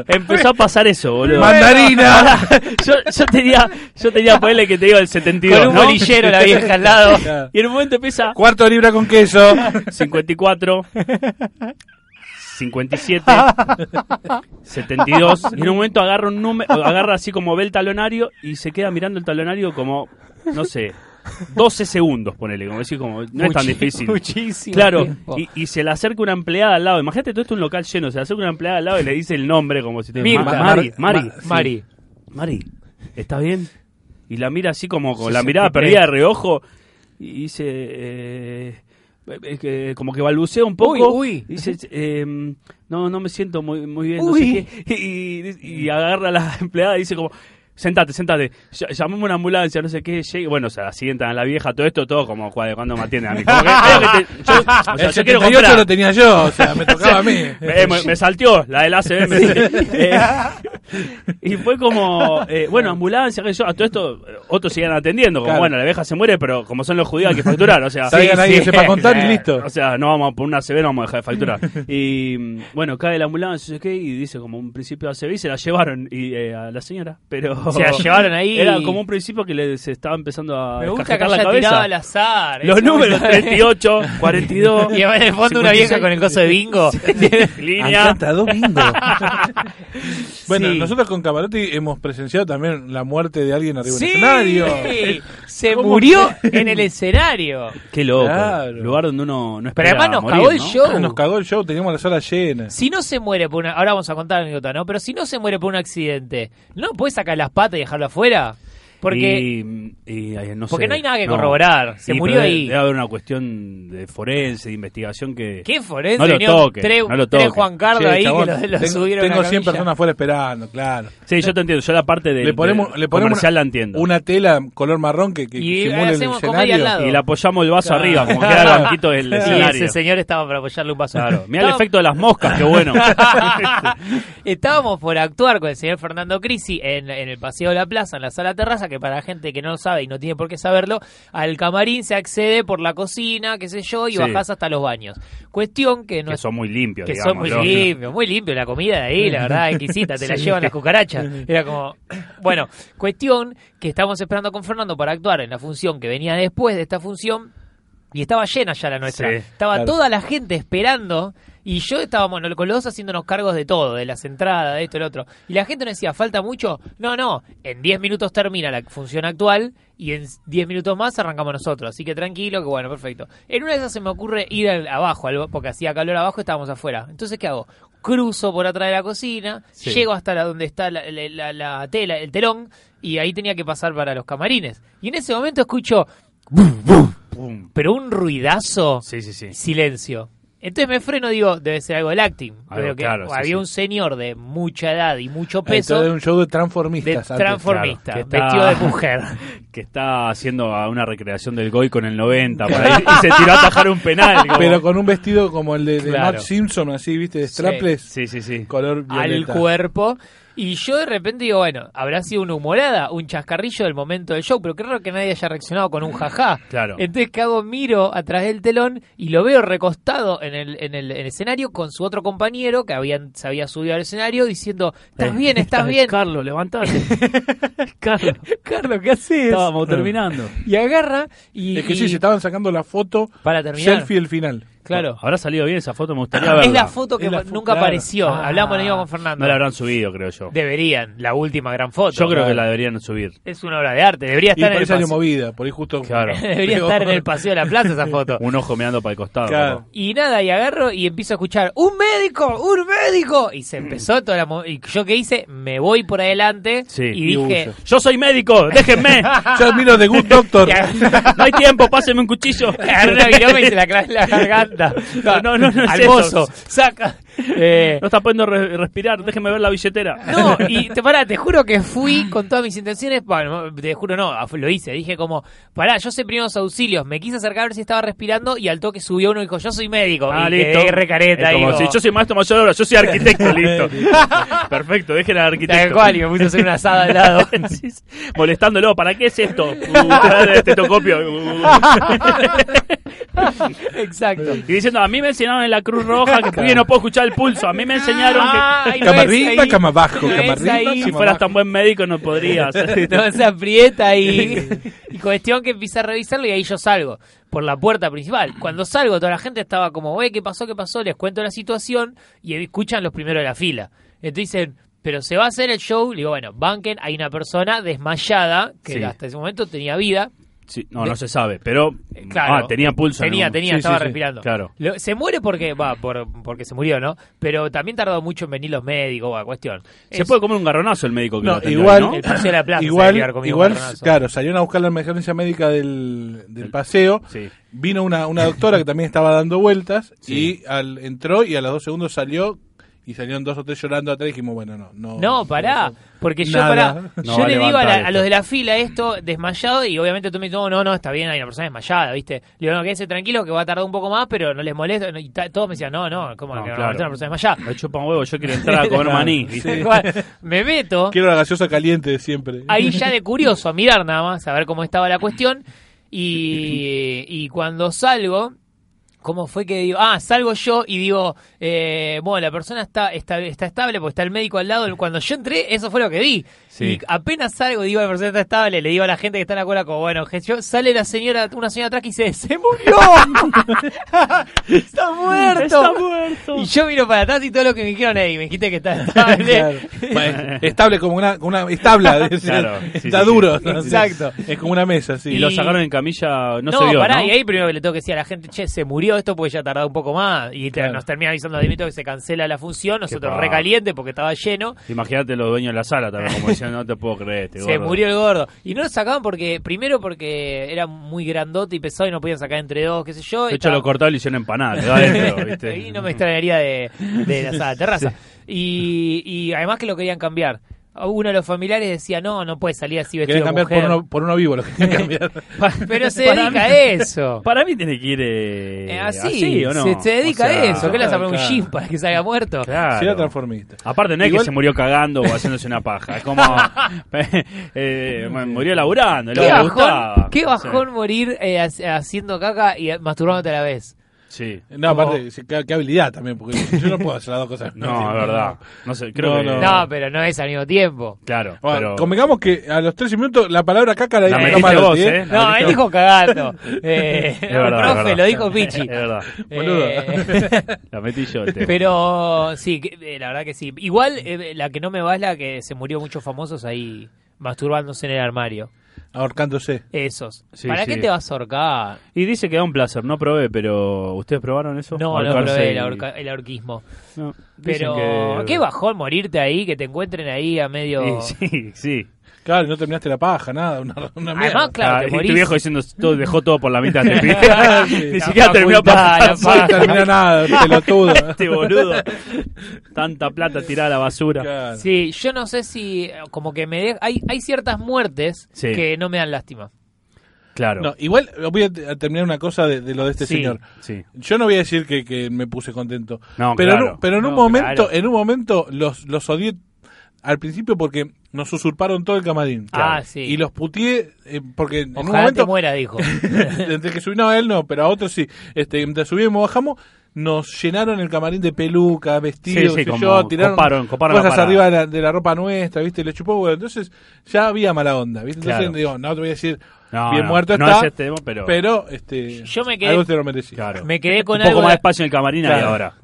Speaker 3: empezó a pasar eso, boludo.
Speaker 2: ¡Mandarina!
Speaker 3: (laughs) yo, yo tenía, yo tenía ponerle que te digo el 72,
Speaker 1: Con un
Speaker 3: ¿no?
Speaker 1: bolillero la vieja al lado.
Speaker 2: Claro.
Speaker 3: (laughs) Y en un momento empieza
Speaker 2: Cuarto libra con queso.
Speaker 3: 54, 57,
Speaker 1: (laughs)
Speaker 3: 72. Y en un momento agarra un número, agarra así como ve el talonario y se queda mirando el talonario como, no sé, 12 segundos, ponele, como decir, como, (laughs) no es tan
Speaker 1: Muchi-
Speaker 3: difícil.
Speaker 1: Muchísimo.
Speaker 3: Claro,
Speaker 1: tiempo.
Speaker 3: y, y se le acerca una empleada al lado. Imagínate, todo esto es un local lleno. Se le acerca una empleada al lado y le dice el nombre como si te
Speaker 1: Mirta.
Speaker 3: Ma- Mari, Mari,
Speaker 2: Ma-
Speaker 1: Mari.
Speaker 3: Mari, ¿estás bien? Y la mira así como con la mirada perdida de reojo y dice, eh, eh, que- como que balbucea un poco.
Speaker 1: Uy, uy.
Speaker 3: Y Dice, eh, no, no me siento muy, muy bien.
Speaker 1: Uy.
Speaker 3: No sé qué. Y, y- y agarra a la (laughs) empleada y dice como, sentate, sentate, Ll- llamemos una ambulancia, no sé qué. Llegue. Bueno, o sea, sientan a la vieja, todo esto, todo como "Joder, cuando me atienden a mí. Como que, creo que te- yo, o sea,
Speaker 2: el
Speaker 3: yo quiero
Speaker 2: 78
Speaker 3: comprar.
Speaker 2: lo tenía yo, o sea, me tocaba a mí.
Speaker 3: Eh, me, me salteó la del ACB. me- (laughs) eh, y fue como, eh, bueno, ambulancia, qué sé yo, a todo esto, eh, otros siguen atendiendo. Como,
Speaker 2: Claro.
Speaker 3: bueno, la vieja se muere, pero como son los judíos hay que facturar, o sea.
Speaker 2: Salgan ahí, que sepa contar
Speaker 1: Eh,
Speaker 2: y listo.
Speaker 3: O sea, no vamos a por una ACB, no vamos a dejar de facturar.
Speaker 1: (laughs)
Speaker 3: Y mm, bueno, cae la ambulancia, no sé qué, y dice como un principio de ACB y se la llevaron y, eh, a la señora. Pero
Speaker 1: Se la llevaron ahí.
Speaker 3: (laughs) Era como un principio que le se estaba empezando a
Speaker 1: Me gusta que
Speaker 3: descajetar la
Speaker 1: haya
Speaker 3: cabeza.
Speaker 1: tirado al azar.
Speaker 3: Los
Speaker 1: Eso
Speaker 3: números
Speaker 1: me-
Speaker 3: 38, 42.
Speaker 1: (laughs) Y en el fondo una vieja
Speaker 3: 56.
Speaker 1: con el coso de bingo.
Speaker 3: (laughs)
Speaker 1: (laughs)
Speaker 3: Línea.
Speaker 2: domingo. bueno,
Speaker 1: Sí.
Speaker 2: nosotros con Camarotti hemos presenciado también la muerte de alguien arriba
Speaker 1: Sí, Uh.
Speaker 2: del escenario.
Speaker 1: se
Speaker 2: ¿Cómo
Speaker 1: murió en el escenario.
Speaker 3: Qué loco.
Speaker 2: Claro.
Speaker 3: Lugar donde uno no
Speaker 1: Pero
Speaker 3: espera
Speaker 1: además nos
Speaker 3: morir,
Speaker 1: cagó el
Speaker 3: ¿no?
Speaker 1: show.
Speaker 2: Ah, Nos cagó el show, teníamos la sala llena.
Speaker 1: Si no se muere por una... Ahora vamos a contar la anécdota, ¿no? Pero si no se muere por un accidente, ¿no puedes sacar las patas y dejarlo afuera? Porque...
Speaker 3: Y- y, ay, no
Speaker 1: Porque
Speaker 3: sé,
Speaker 1: no hay nada que corroborar, se
Speaker 3: Y,
Speaker 1: murió
Speaker 3: pero
Speaker 1: ahí.
Speaker 3: Debe, debe haber una cuestión de forense, de investigación que.
Speaker 1: ¿Qué forense?
Speaker 3: No lo
Speaker 1: Tenía
Speaker 3: toque,
Speaker 1: tres,
Speaker 3: no lo
Speaker 1: tres
Speaker 3: toque.
Speaker 1: Juan Carlos
Speaker 2: Che,
Speaker 1: ahí
Speaker 2: chabón,
Speaker 1: que lo, lo
Speaker 2: ten-
Speaker 1: subieron a
Speaker 2: tengo
Speaker 1: la
Speaker 2: 100
Speaker 1: camilla.
Speaker 2: personas afuera esperando, claro.
Speaker 3: Sí, yo te entiendo. Yo la parte del
Speaker 2: le ponemos,
Speaker 3: del
Speaker 2: le ponemos
Speaker 3: comercial
Speaker 2: una,
Speaker 3: la entiendo.
Speaker 2: una tela color marrón que, que
Speaker 1: Y
Speaker 2: simule el
Speaker 1: hacemos comedia al
Speaker 2: escenario.
Speaker 1: lado.
Speaker 3: Y le apoyamos el vaso
Speaker 1: Claro. (laughs)
Speaker 3: arriba, como queda el banquito del
Speaker 1: Sí,
Speaker 3: escenario.
Speaker 1: ese señor estaba para apoyarle un paso.
Speaker 3: Claro. Mira el
Speaker 1: Estaba-
Speaker 3: efecto de las moscas,
Speaker 1: (laughs)
Speaker 3: qué bueno.
Speaker 1: Estábamos por actuar con el señor Fernando Crisi en, en el Paseo de la Plaza, en la sala terraza, que para la gente que no lo sabe y no tiene por qué saberlo, al camarín se accede por la cocina, qué sé yo, y
Speaker 3: Sí.
Speaker 1: bajás hasta los baños. Cuestión que no
Speaker 3: que son muy limpios,
Speaker 1: que son
Speaker 3: digamos.
Speaker 1: muy
Speaker 3: ¿no?
Speaker 1: limpios, muy limpios la comida de ahí, la
Speaker 3: (laughs)
Speaker 1: verdad, exquisita, te la llevan las cucarachas. Era como, bueno, cuestión que estábamos esperando con Fernando para actuar en la función que venía después de esta función y estaba llena ya la nuestra.
Speaker 3: Sí,
Speaker 1: estaba
Speaker 2: claro.
Speaker 1: toda la gente esperando y yo estábamos con los dos haciéndonos cargos de todo, de las entradas, de esto, el otro. Y la gente nos decía, ¿falta mucho? No, no, en 10 minutos termina la función actual y en 10 minutos más arrancamos nosotros. Así que tranquilo, que bueno, perfecto. En una de esas se me ocurre ir al- abajo, al- porque hacía calor abajo, estábamos afuera. Entonces, ¿qué hago? Cruzo por atrás de la cocina,
Speaker 3: Sí.
Speaker 1: llego hasta la, donde está la, la- la- la tela, el telón, y ahí tenía que pasar para los camarines. Y en ese momento escucho,
Speaker 3: Pum.
Speaker 1: pero un ruidazo
Speaker 3: Sí, sí, sí.
Speaker 1: silencio. Entonces me freno, digo, debe ser algo de acting.
Speaker 3: Algo,
Speaker 1: Veo que
Speaker 3: claro, sí,
Speaker 1: había
Speaker 3: sí.
Speaker 1: un señor de mucha edad y mucho peso
Speaker 2: Entonces, un show de
Speaker 1: de
Speaker 2: transformistas. antes.
Speaker 1: transformista,
Speaker 3: claro, que está-
Speaker 1: vestido de
Speaker 3: (laughs)
Speaker 1: mujer.
Speaker 3: que está haciendo a una recreación del Goico en el 90 por ahí, y se tiró a atajar un penal. como-
Speaker 2: (laughs) Pero con un vestido como el de, de
Speaker 3: Claro.
Speaker 2: Matt Simpson, así, viste, de strapless.
Speaker 3: Sí, sí, sí.
Speaker 2: Color
Speaker 1: al
Speaker 2: violeta.
Speaker 1: cuerpo. Y yo de repente digo, bueno, habrá sido una humorada, un chascarrillo del momento del show, pero creo que nadie haya reaccionado con un jajá.
Speaker 3: Claro.
Speaker 1: Entonces, ¿qué hago? Miro atrás del telón y lo veo recostado en el, en el, en el escenario con su otro compañero que habían, se había subido al escenario diciendo,
Speaker 3: Eh,
Speaker 1: estás
Speaker 3: (laughs)
Speaker 1: bien, estás bien.
Speaker 3: Carlos, levantate.
Speaker 1: (laughs)
Speaker 3: Carlos,
Speaker 1: Carlos, ¿qué haces?
Speaker 3: estábamos terminando.
Speaker 1: Y agarra y...
Speaker 2: Es que sí,
Speaker 1: y-
Speaker 2: se estaban sacando la foto
Speaker 1: Para terminar.
Speaker 2: selfie del final.
Speaker 1: Claro. Ah,
Speaker 3: Habrá salido bien esa foto, me gustaría verla.
Speaker 1: Es la foto que
Speaker 2: Es la
Speaker 1: mo-
Speaker 2: fo-
Speaker 1: nunca
Speaker 2: claro.
Speaker 1: apareció.
Speaker 3: Ah.
Speaker 1: Hablamos de ello con Fernando.
Speaker 3: No la habrán subido, creo yo.
Speaker 1: Deberían, la última gran foto.
Speaker 3: Yo creo que la deberían subir.
Speaker 1: Es una obra de arte, debería
Speaker 2: Y
Speaker 1: estar
Speaker 2: por
Speaker 1: en
Speaker 2: ahí
Speaker 1: el
Speaker 2: salió
Speaker 1: paseo. (laughs)
Speaker 2: movida, por ahí justo.
Speaker 3: Claro.
Speaker 1: Debería
Speaker 2: Pero-
Speaker 1: estar en
Speaker 3: (laughs)
Speaker 1: el paseo de la plaza esa foto.
Speaker 3: Un ojo mirando para el costado.
Speaker 2: Claro.
Speaker 3: como-
Speaker 1: Y nada, y agarro y empiezo a escuchar, ¡un médico! ¡Un médico! Y se empezó toda la... mo- Y yo qué hice, me voy por adelante
Speaker 3: Sí,
Speaker 1: y
Speaker 2: y
Speaker 1: dije...
Speaker 2: huyo.
Speaker 3: Yo soy médico,
Speaker 1: (laughs)
Speaker 3: déjenme.
Speaker 1: Ah.
Speaker 2: Yo admiro The Good Doctor.
Speaker 1: Y agarré
Speaker 3: No hay tiempo, pásenme
Speaker 1: (laughs)
Speaker 3: un cuchillo.
Speaker 1: (laughs) agarré una viroma y se la clavé en la garganta.
Speaker 3: (laughs) No, no, no es
Speaker 1: Al
Speaker 3: eso.
Speaker 1: mozo, saca. Eh,
Speaker 3: (laughs) No está pudiendo re- respirar, déjenme ver la billetera.
Speaker 1: No, y te pará, te juro que fui con todas mis intenciones, bueno, te juro no, af- lo hice, dije como, pará, yo sé primeros auxilios, me quise acercar a ver si estaba respirando y al toque subió uno y dijo, yo soy médico,
Speaker 3: (laughs) Ah,
Speaker 1: y quedé recareta,
Speaker 3: Es como
Speaker 1: digo,
Speaker 3: si yo soy maestro mayor ahora, yo
Speaker 1: (laughs)
Speaker 3: soy arquitecto, listo. Perfecto, dejen al
Speaker 1: tal
Speaker 3: arquitecto.
Speaker 1: cual, y me puse a hacer una asada al
Speaker 3: (laughs)
Speaker 1: lado. (laughs)
Speaker 3: Sí, sí. Molestándolo, ¿para qué es esto? Uh, estetoscopio. Uh.
Speaker 1: Exacto.
Speaker 3: y diciendo, a mí me enseñaron en la Cruz Roja que pibe no puedo escuchar el pulso. A mí me enseñaron que
Speaker 1: Ay, no es
Speaker 2: Camarrita,
Speaker 1: Ah, ahí,
Speaker 2: cama abajo,
Speaker 1: no es
Speaker 2: camarrita.
Speaker 1: ahí.
Speaker 3: si
Speaker 2: cama
Speaker 3: fueras
Speaker 2: abajo.
Speaker 3: tan buen médico
Speaker 1: (laughs)
Speaker 3: no podrías.
Speaker 1: No, se aprieta
Speaker 3: (laughs)
Speaker 1: y, y cuestión que empieza a revisarlo y ahí yo salgo por la puerta principal. Cuando salgo toda la gente estaba como, "Oye, ¿qué pasó? ¿Qué pasó?" Les cuento la situación y escuchan los primeros de la fila. Entonces dicen, pero se va a hacer el show. Le digo, bueno, banquen, hay una persona desmayada que
Speaker 3: Sí.
Speaker 1: hasta ese momento tenía vida.
Speaker 3: Sí, no, no se sabe, pero
Speaker 1: Eh, Claro.
Speaker 3: ah, tenía pulso. en
Speaker 1: Tenía,
Speaker 3: un-
Speaker 1: tenía,
Speaker 3: Sí, sí,
Speaker 1: estaba
Speaker 3: sí.
Speaker 1: respirando.
Speaker 3: Claro.
Speaker 1: Lo- se muere porque, va, por- porque se murió, ¿no? Pero también tardó mucho en venir los médicos, va, cuestión.
Speaker 3: Se
Speaker 1: Es-
Speaker 3: puede comer un garronazo el médico que
Speaker 2: No,
Speaker 3: lo atendió,
Speaker 2: igual-
Speaker 3: ¿no?
Speaker 1: El paseo de la plaza se debe
Speaker 2: Igual,
Speaker 1: haber comido
Speaker 2: igual
Speaker 1: un garronazo.
Speaker 2: claro, salieron a buscar la emergencia médica del, del paseo.
Speaker 3: Sí.
Speaker 2: Vino una, una doctora que también estaba dando vueltas y al, entró y a los dos segundos salió y salieron dos o tres llorando atrás y dijimos, bueno, no. No,
Speaker 1: No, pará. Porque yo,
Speaker 2: Nada.
Speaker 1: pará,
Speaker 3: No
Speaker 1: yo
Speaker 3: va a
Speaker 1: le digo a, la-
Speaker 3: levantar
Speaker 1: a los
Speaker 3: esto.
Speaker 1: de la fila esto desmayado y obviamente tú me dices, no, no, no, está bien, hay una persona desmayada, ¿viste? Le digo, no, quédense tranquilos que va a tardar un poco más, pero no les molesta. Y ta- todos me decían, no, no, ¿cómo
Speaker 3: No,
Speaker 1: que
Speaker 3: claro.
Speaker 1: va a estar una persona desmayada?
Speaker 3: Me chupa un huevo, yo quiero entrar a comer maní. ¿viste?
Speaker 1: (laughs) Igual, me meto,
Speaker 2: Quiero la gaseosa caliente de siempre.
Speaker 1: ahí ya de curioso, a mirar nada más, a ver cómo estaba la cuestión. Y, y cuando salgo, ¿Cómo fue que digo? Ah, salgo yo y digo, eh, bueno, la persona está, está, está estable porque está el médico al lado. Cuando yo entré, eso fue lo que vi.
Speaker 3: Sí.
Speaker 1: Y apenas salgo y digo, la persona está estable, le digo a la gente que está en la cola, como, bueno, que yo- sale la señora, una señora atrás que dice, ¡se murió! (laughs) ¡Está muerto!
Speaker 3: Está muerto.
Speaker 1: Y yo miro para atrás y todo lo que me dijeron, ahí me dijiste que está estable.
Speaker 2: Claro. (laughs) Bueno, Estable como una, como una
Speaker 1: (laughs)
Speaker 2: establa. de-
Speaker 3: Claro, sí,
Speaker 2: está
Speaker 3: sí, sí.
Speaker 2: duro. ¿no?
Speaker 1: Exacto.
Speaker 2: Es como una mesa, sí.
Speaker 3: Y lo sacaron en camilla, no,
Speaker 1: No,
Speaker 3: se vio,
Speaker 1: pará,
Speaker 3: ¿no?
Speaker 1: y ahí primero que le tengo que decir a la gente, che, se murió esto porque ya tardado un poco más. Y te-
Speaker 2: Claro.
Speaker 1: nos termina avisando de mito que se cancela la función, nosotros
Speaker 3: paja.
Speaker 1: recaliente porque estaba lleno.
Speaker 3: Imagínate los dueños de la sala también, como diciendo, no te puedo creer. este
Speaker 1: Se
Speaker 3: gordo".
Speaker 1: murió el gordo. Y no lo sacaban porque, primero porque era muy grandote y pesado y no podían sacar entre dos, qué sé yo.
Speaker 3: De hecho,
Speaker 1: estaba-
Speaker 3: lo cortaron y le hicieron empanada.
Speaker 1: (laughs)
Speaker 3: quedó adentro, ¿viste?
Speaker 1: Ahí no me extrañaría de, de
Speaker 3: (laughs)
Speaker 1: la sala de terraza. Y, y además que lo querían cambiar. Uno de los familiares decía, no, no puede salir así vestido
Speaker 2: Querían
Speaker 1: de
Speaker 2: cambiar por
Speaker 1: mujer".
Speaker 2: uno, por uno vivo. Lo querían
Speaker 3: (laughs)
Speaker 2: cambiar.
Speaker 1: (laughs) Pero se
Speaker 3: Para
Speaker 1: dedica
Speaker 3: mí-
Speaker 1: a eso.
Speaker 3: Para mí tiene que ir (laughs) eh,
Speaker 1: Eh,
Speaker 3: así,
Speaker 1: así,
Speaker 3: ¿o no?
Speaker 1: se, se dedica
Speaker 3: O sea,
Speaker 1: a eso. ¿Qué le vas a poner un
Speaker 2: claro.
Speaker 1: jean para que salga muerto?
Speaker 3: Claro.
Speaker 2: Sí, era transformista.
Speaker 3: Aparte, no es
Speaker 2: Igual-
Speaker 3: que se murió cagando o haciéndose una paja.
Speaker 1: (laughs)
Speaker 3: Es como. (laughs) eh, murió laburando.
Speaker 1: Qué
Speaker 3: le
Speaker 1: bajón,
Speaker 3: gustaba.
Speaker 1: qué bajón morir eh, ha- haciendo caca y eh, masturbándote a la vez.
Speaker 3: Sí. Sí.
Speaker 2: No, aparte, sí, qué, qué habilidad también, porque yo no puedo hacer las dos cosas.
Speaker 3: No, es verdad. No sé, creo
Speaker 2: No,
Speaker 3: que.
Speaker 2: no.
Speaker 1: No, pero no es al mismo tiempo.
Speaker 3: Claro.
Speaker 2: Bueno,
Speaker 3: pero-
Speaker 2: convengamos que a los 13 minutos la palabra caca la,
Speaker 3: La
Speaker 2: dijo
Speaker 3: metiste
Speaker 2: Camarotti,
Speaker 3: vos, ¿eh?
Speaker 1: No,
Speaker 3: Ahorita-
Speaker 1: él dijo
Speaker 3: (laughs)
Speaker 1: cagando. Eh,
Speaker 3: Es
Speaker 1: el
Speaker 3: verdad, es
Speaker 1: profe,
Speaker 3: verdad.
Speaker 1: lo dijo Pichi.
Speaker 3: (laughs) Es verdad.
Speaker 2: Boludo.
Speaker 1: Eh,
Speaker 3: La metí yo. el tema.
Speaker 1: pero sí, que- eh, la verdad que sí. Igual eh, la que no me va es la que se murió muchos famosos ahí masturbándose en el armario.
Speaker 2: ahorcándose.
Speaker 1: Esos.
Speaker 3: Sí,
Speaker 1: ¿Para
Speaker 3: sí.
Speaker 1: qué te vas a ahorcar?
Speaker 3: Y dice que da un placer, no probé, pero ¿ustedes probaron eso?
Speaker 1: No, no
Speaker 3: Ahorcarse
Speaker 1: probé el,
Speaker 3: y-
Speaker 1: ahorca- el ahorquismo.
Speaker 3: No, dicen
Speaker 1: Pero,
Speaker 3: que-
Speaker 1: qué bajón morirte ahí, que te encuentren ahí a medio...
Speaker 3: Sí, sí, sí.
Speaker 2: Claro, y no terminaste la paja, nada, una, una mierda.
Speaker 1: Además, claro,
Speaker 3: Ah,
Speaker 1: te
Speaker 3: y
Speaker 1: morís.
Speaker 3: tu viejo diciendo, todo, dejó todo por la
Speaker 1: (laughs)
Speaker 3: mitad. Te pide. (laughs) Ni
Speaker 1: La
Speaker 3: siquiera terminó
Speaker 1: facultad,
Speaker 3: para
Speaker 1: la
Speaker 2: No terminó nada, pelotudo.
Speaker 3: (laughs) Este boludo. Tanta plata tirada a la basura.
Speaker 2: Claro.
Speaker 1: Sí, yo no sé si eh, como que me de- hay hay ciertas muertes
Speaker 3: Sí.
Speaker 1: que no me dan lástima.
Speaker 3: Claro.
Speaker 2: No, igual voy a, a terminar una cosa de, de lo de este
Speaker 1: Sí.
Speaker 2: señor.
Speaker 3: Sí.
Speaker 2: Yo no voy a decir que, que me puse contento.
Speaker 3: No,
Speaker 2: pero, en,
Speaker 3: claro.
Speaker 2: un- pero en un
Speaker 3: No,
Speaker 2: momento,
Speaker 3: claro.
Speaker 2: en un momento los, los odié al principio porque nos usurparon todo el camarín.
Speaker 1: Ah, sí.
Speaker 2: Y los putié eh, porque en un
Speaker 1: Ojalá te
Speaker 2: momento
Speaker 1: muera, dijo.
Speaker 2: (laughs) Desde que subí, no, a él no, pero a otros sí. Este, mientras subimos, bajamos, nos llenaron el camarín de peluca,
Speaker 3: Sí,
Speaker 2: vestidos,
Speaker 3: sí,
Speaker 2: qué sé
Speaker 3: como
Speaker 2: yo, tiraron
Speaker 3: coparon- coparon la
Speaker 2: cosas
Speaker 3: parada.
Speaker 2: arriba de la, de la ropa nuestra, ¿viste? Le chupó, bueno, entonces ya había mala onda, ¿viste? Entonces
Speaker 3: Claro.
Speaker 2: digo, no te voy a decir,
Speaker 3: No,
Speaker 2: bien
Speaker 3: no,
Speaker 2: muerto
Speaker 3: no
Speaker 2: está,
Speaker 3: es este tema, pero-
Speaker 2: este,
Speaker 1: Yo me quedé-
Speaker 2: algo te lo merecí.
Speaker 3: Claro.
Speaker 1: Me quedé con
Speaker 3: un poco
Speaker 1: algo
Speaker 3: más de
Speaker 1: de-
Speaker 3: espacio en el camarín hay
Speaker 2: Claro.
Speaker 3: ahora.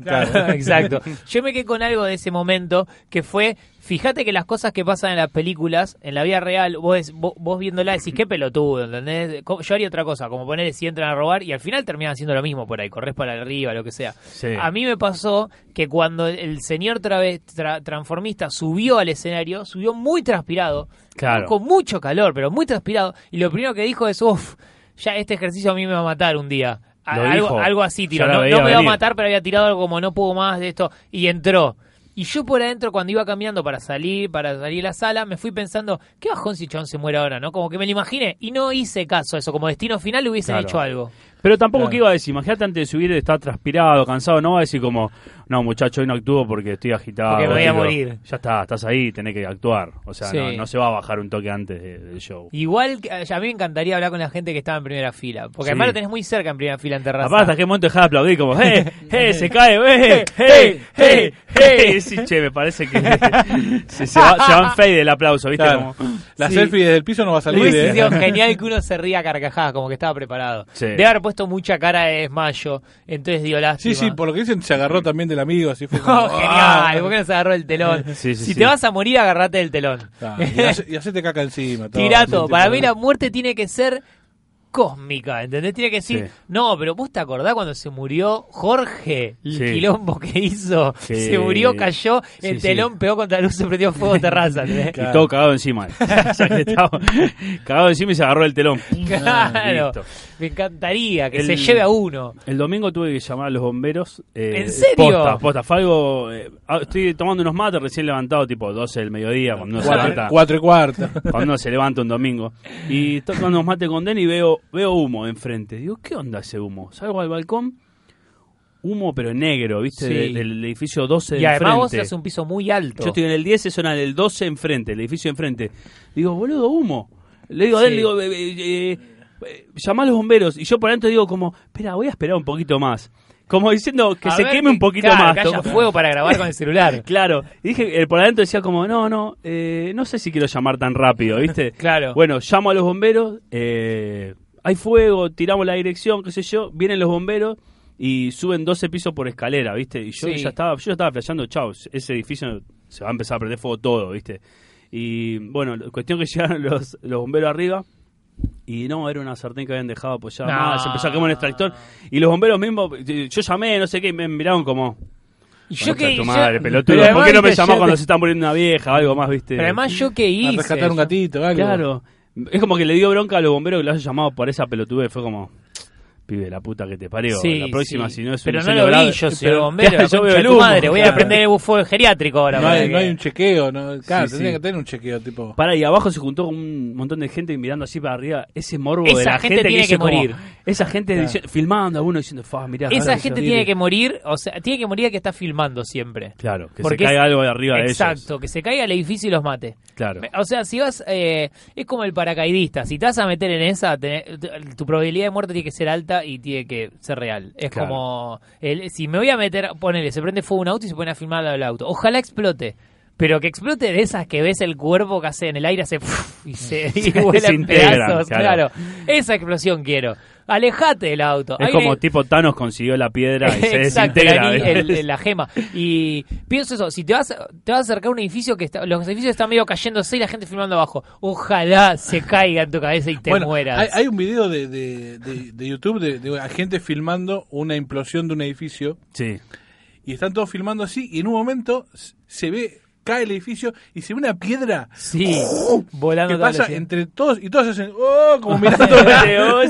Speaker 1: (laughs)
Speaker 2: Claro.
Speaker 1: Exacto. Yo me quedé con algo de ese momento que fue, fíjate que las cosas que pasan en las películas, en la vida real, vos, es- vos, vos viéndola decís, qué pelotudo, ¿entendés? Co- Yo haría otra cosa, como poner si entran a robar y al final terminan haciendo lo mismo por ahí, corres para arriba, lo que sea.
Speaker 3: Sí.
Speaker 1: A mí me pasó que cuando el señor traves- tra- transformista subió al escenario, subió muy transpirado,
Speaker 3: Claro.
Speaker 1: con mucho calor, pero muy transpirado, y lo primero que dijo es, uff, ya este ejercicio a mí me va a matar un día. A-
Speaker 3: Lo
Speaker 1: algo,
Speaker 3: dijo.
Speaker 1: algo así, tiró.
Speaker 3: Ya la
Speaker 1: No, no
Speaker 3: veía
Speaker 1: me va a
Speaker 3: venir.
Speaker 1: matar, pero había tirado algo como no puedo más de esto. Y entró. Y yo por adentro, cuando iba cambiando para salir, para salir a la sala, me fui pensando, qué bajón si Chon se muere ahora, ¿no? Como que me lo imaginé. Y no hice caso a eso. Como destino final le hubiesen
Speaker 3: Claro.
Speaker 1: hecho algo.
Speaker 3: Pero tampoco
Speaker 2: Claro.
Speaker 3: que iba a decir, imagínate antes de subir está transpirado, cansado, no va a decir como, no muchacho, hoy no actúo porque estoy agitado.
Speaker 1: Porque me voy a
Speaker 3: tipo,
Speaker 1: morir.
Speaker 3: Ya está, estás ahí, tenés que actuar. O sea,
Speaker 1: Sí.
Speaker 3: no, no se va a bajar un toque antes de- del show.
Speaker 1: Igual, que- a mí me encantaría hablar con la gente que estaba en primera fila. Porque
Speaker 3: Sí.
Speaker 1: además lo tenés muy cerca en primera fila en terraza.
Speaker 3: Aparte, hasta qué momento dejás de aplaudir, como, ¡eh! ¡eh! ¡se cae! ¡eh! ¡eh! ¡eh! ¡eh! Y (laughs) Sí, che, me parece que se, se va, se va en fade el aplauso, ¿viste?
Speaker 2: (laughs) Claro.
Speaker 3: Como,
Speaker 2: La
Speaker 1: Sí.
Speaker 2: selfie desde el piso no va a salir,
Speaker 1: Hubiese
Speaker 2: ¿eh?
Speaker 1: sido genial que uno se ría a carcajadas, como que estaba preparado.
Speaker 3: Sí.
Speaker 1: De haber puesto mucha cara de desmayo, entonces dio
Speaker 2: (laughs) Sí,
Speaker 1: lástima.
Speaker 2: sí, por lo que dicen, se agarró también del amigo, así fue.
Speaker 1: (laughs)
Speaker 2: como,
Speaker 1: Oh,
Speaker 3: (laughs)
Speaker 2: ¡ah!
Speaker 1: genial, ¿por qué no se agarró el telón?
Speaker 3: Sí, sí,
Speaker 1: si
Speaker 3: sí.
Speaker 1: te vas a morir, agarrate el telón. (laughs)
Speaker 2: Claro, y, hace- y hacete caca encima. todo, así,
Speaker 1: Tirato,
Speaker 2: tipo,
Speaker 1: para mí la muerte tiene que ser cósmica, ¿entendés? Tiene que decir,
Speaker 3: Sí.
Speaker 1: no, pero vos te acordás cuando se murió Jorge, el
Speaker 3: Sí.
Speaker 1: quilombo que hizo,
Speaker 3: Sí.
Speaker 1: se murió, cayó, el
Speaker 3: Sí, sí.
Speaker 1: telón pegó contra la luz, se prendió fuego
Speaker 3: (laughs)
Speaker 1: en terraza, ¿entendés?
Speaker 3: Y todo cagado encima. (laughs) Ya que estaba (laughs) cagado encima y se agarró el telón.
Speaker 1: Claro,
Speaker 3: Listo.
Speaker 1: me encantaría que
Speaker 3: El-
Speaker 1: se lleve a uno.
Speaker 3: El domingo tuve que llamar a los bomberos. eh,
Speaker 1: ¿En serio?
Speaker 3: Posta, posta. Fue algo. eh, ah, estoy tomando unos mates recién levantado, tipo 12 del mediodía, cuando uno se
Speaker 2: (laughs) Cuatro,
Speaker 3: levanta.
Speaker 2: cuatro
Speaker 1: (laughs)
Speaker 2: y cuarto.
Speaker 3: Cuando uno se levanta un domingo. Y estoy tomando unos mates con Den y veo, veo humo enfrente. Digo, ¿qué onda ese humo? Salgo al balcón, humo pero negro, ¿viste?
Speaker 1: Sí.
Speaker 3: De- del edificio 12 de
Speaker 1: Y además vos
Speaker 3: enfrente.
Speaker 1: estás un piso muy alto.
Speaker 3: Yo estoy en el 10, eso era en el 12 enfrente, el edificio enfrente. Digo, boludo, humo. Le digo a él,
Speaker 1: Sí.
Speaker 3: digo, eh, eh, eh, eh, llamá a los bomberos. Y yo por adentro digo, como, espera, voy a esperar un poquito más. Como diciendo que
Speaker 1: A
Speaker 3: se
Speaker 1: ver
Speaker 3: queme
Speaker 1: que-
Speaker 3: un poquito
Speaker 1: claro,
Speaker 3: más.
Speaker 1: Que haya fuego para grabar con el
Speaker 3: (laughs)
Speaker 1: celular.
Speaker 3: Claro, y dije, eh, por adentro decía como, no, no, eh, no sé si quiero llamar tan rápido, ¿viste?
Speaker 1: (laughs) Claro.
Speaker 3: Bueno, llamo a los bomberos, eh, hay fuego, tiramos la dirección, qué sé yo, vienen los bomberos y suben 12 pisos por escalera, ¿viste? Y yo
Speaker 1: Sí.
Speaker 3: ya estaba, yo ya estaba flasheando, chao, ese edificio se va a empezar a prender fuego todo, ¿viste? Y bueno, la cuestión que (laughs) llegaron los, los bomberos arriba. Y no, era una sartén que habían dejado apoyada
Speaker 1: No.
Speaker 3: más, se empezó a quemar un extractor. Y los bomberos mismos, yo llamé, no sé qué, y me miraron como,
Speaker 1: Y yo
Speaker 3: yo
Speaker 1: que
Speaker 3: tu
Speaker 1: yo-
Speaker 3: madre, pelotudo.
Speaker 1: pero
Speaker 3: ¿Por qué no me
Speaker 1: además,
Speaker 3: llamó
Speaker 1: yo-
Speaker 3: cuando se está muriendo una vieja o algo más, viste?
Speaker 1: Pero además yo que
Speaker 2: A
Speaker 1: hice.
Speaker 2: rescatar un
Speaker 1: yo-
Speaker 2: gatito, algo.
Speaker 3: claro. Es como que le dio bronca a los bomberos que lo hayan llamado por esa pelotudez. Fue como, pibe, la puta que te parió.
Speaker 1: Sí,
Speaker 3: la próxima,
Speaker 1: sí.
Speaker 3: si no es un
Speaker 1: Pero no
Speaker 3: incendio
Speaker 1: lo vi
Speaker 3: grave- (laughs)
Speaker 1: yo, soy
Speaker 3: Pero-
Speaker 1: bombero.
Speaker 3: Claro, yo
Speaker 1: yo
Speaker 3: veo el
Speaker 1: tu
Speaker 3: humo,
Speaker 1: madre, voy a
Speaker 3: claro.
Speaker 1: prender el bufón geriátrico ahora.
Speaker 2: No hay,
Speaker 1: porque-
Speaker 2: no hay un chequeo, no, claro,
Speaker 3: Sí,
Speaker 2: tendría
Speaker 3: sí.
Speaker 2: que tener un chequeo, tipo.
Speaker 3: Pará, y abajo se juntó con un montón de gente mirando así para arriba. Ese morbo de
Speaker 1: Esa
Speaker 3: la
Speaker 1: gente
Speaker 3: gente,
Speaker 1: tiene que
Speaker 3: hizo como-
Speaker 1: morir.
Speaker 3: esa gente dice- filmando a uno diciendo, fa, mirá.
Speaker 1: Esa gente
Speaker 3: ahora se
Speaker 1: tiene
Speaker 3: viene".
Speaker 1: que morir, o sea, tiene que morir el que está filmando siempre.
Speaker 3: Claro, que
Speaker 1: Porque
Speaker 3: se caiga
Speaker 1: es-
Speaker 3: algo de arriba de ellos.
Speaker 1: Exacto, que se caiga el edificio y los mate.
Speaker 3: Claro.
Speaker 1: Me- O sea, si vas, eh, es como el paracaidista, si te vas a meter en esa, te- te- tu probabilidad de muerte tiene que ser alta y tiene que ser real. Es
Speaker 3: Claro.
Speaker 1: como, el- si me voy a meter, ponele, se prende fuego un auto y se ponen a filmar al auto. Ojalá explote. Pero que explote de esas que ves el cuerpo que
Speaker 3: (laughs)
Speaker 1: hace en el aire, hace y se y vuela en
Speaker 3: desintegra,
Speaker 1: pedazos,
Speaker 3: claro.
Speaker 1: claro. Esa explosión quiero. alejate del auto.
Speaker 3: Es
Speaker 1: Ahí
Speaker 3: como
Speaker 1: le-
Speaker 3: tipo Thanos consiguió la piedra y
Speaker 1: (laughs)
Speaker 3: se
Speaker 1: Exacto,
Speaker 3: desintegra.
Speaker 1: la, ni-
Speaker 3: ¿viste?
Speaker 1: el- el- la gema. Y pienso eso, si te vas, te vas a acercar a un edificio que está, los edificios están medio cayéndose y la gente filmando abajo. Ojalá se caiga en tu cabeza y te
Speaker 2: bueno,
Speaker 1: mueras.
Speaker 2: Hay, hay un video de, de- de- de YouTube de, de gente filmando una implosión de un edificio
Speaker 3: Sí.
Speaker 2: y están todos filmando así y en un momento s- se ve cae el edificio y se ve una piedra
Speaker 1: Sí, volando
Speaker 2: que
Speaker 1: a toda
Speaker 2: Oh, pasa
Speaker 1: velocidad.
Speaker 2: entre todos y todos hacen oh como mirando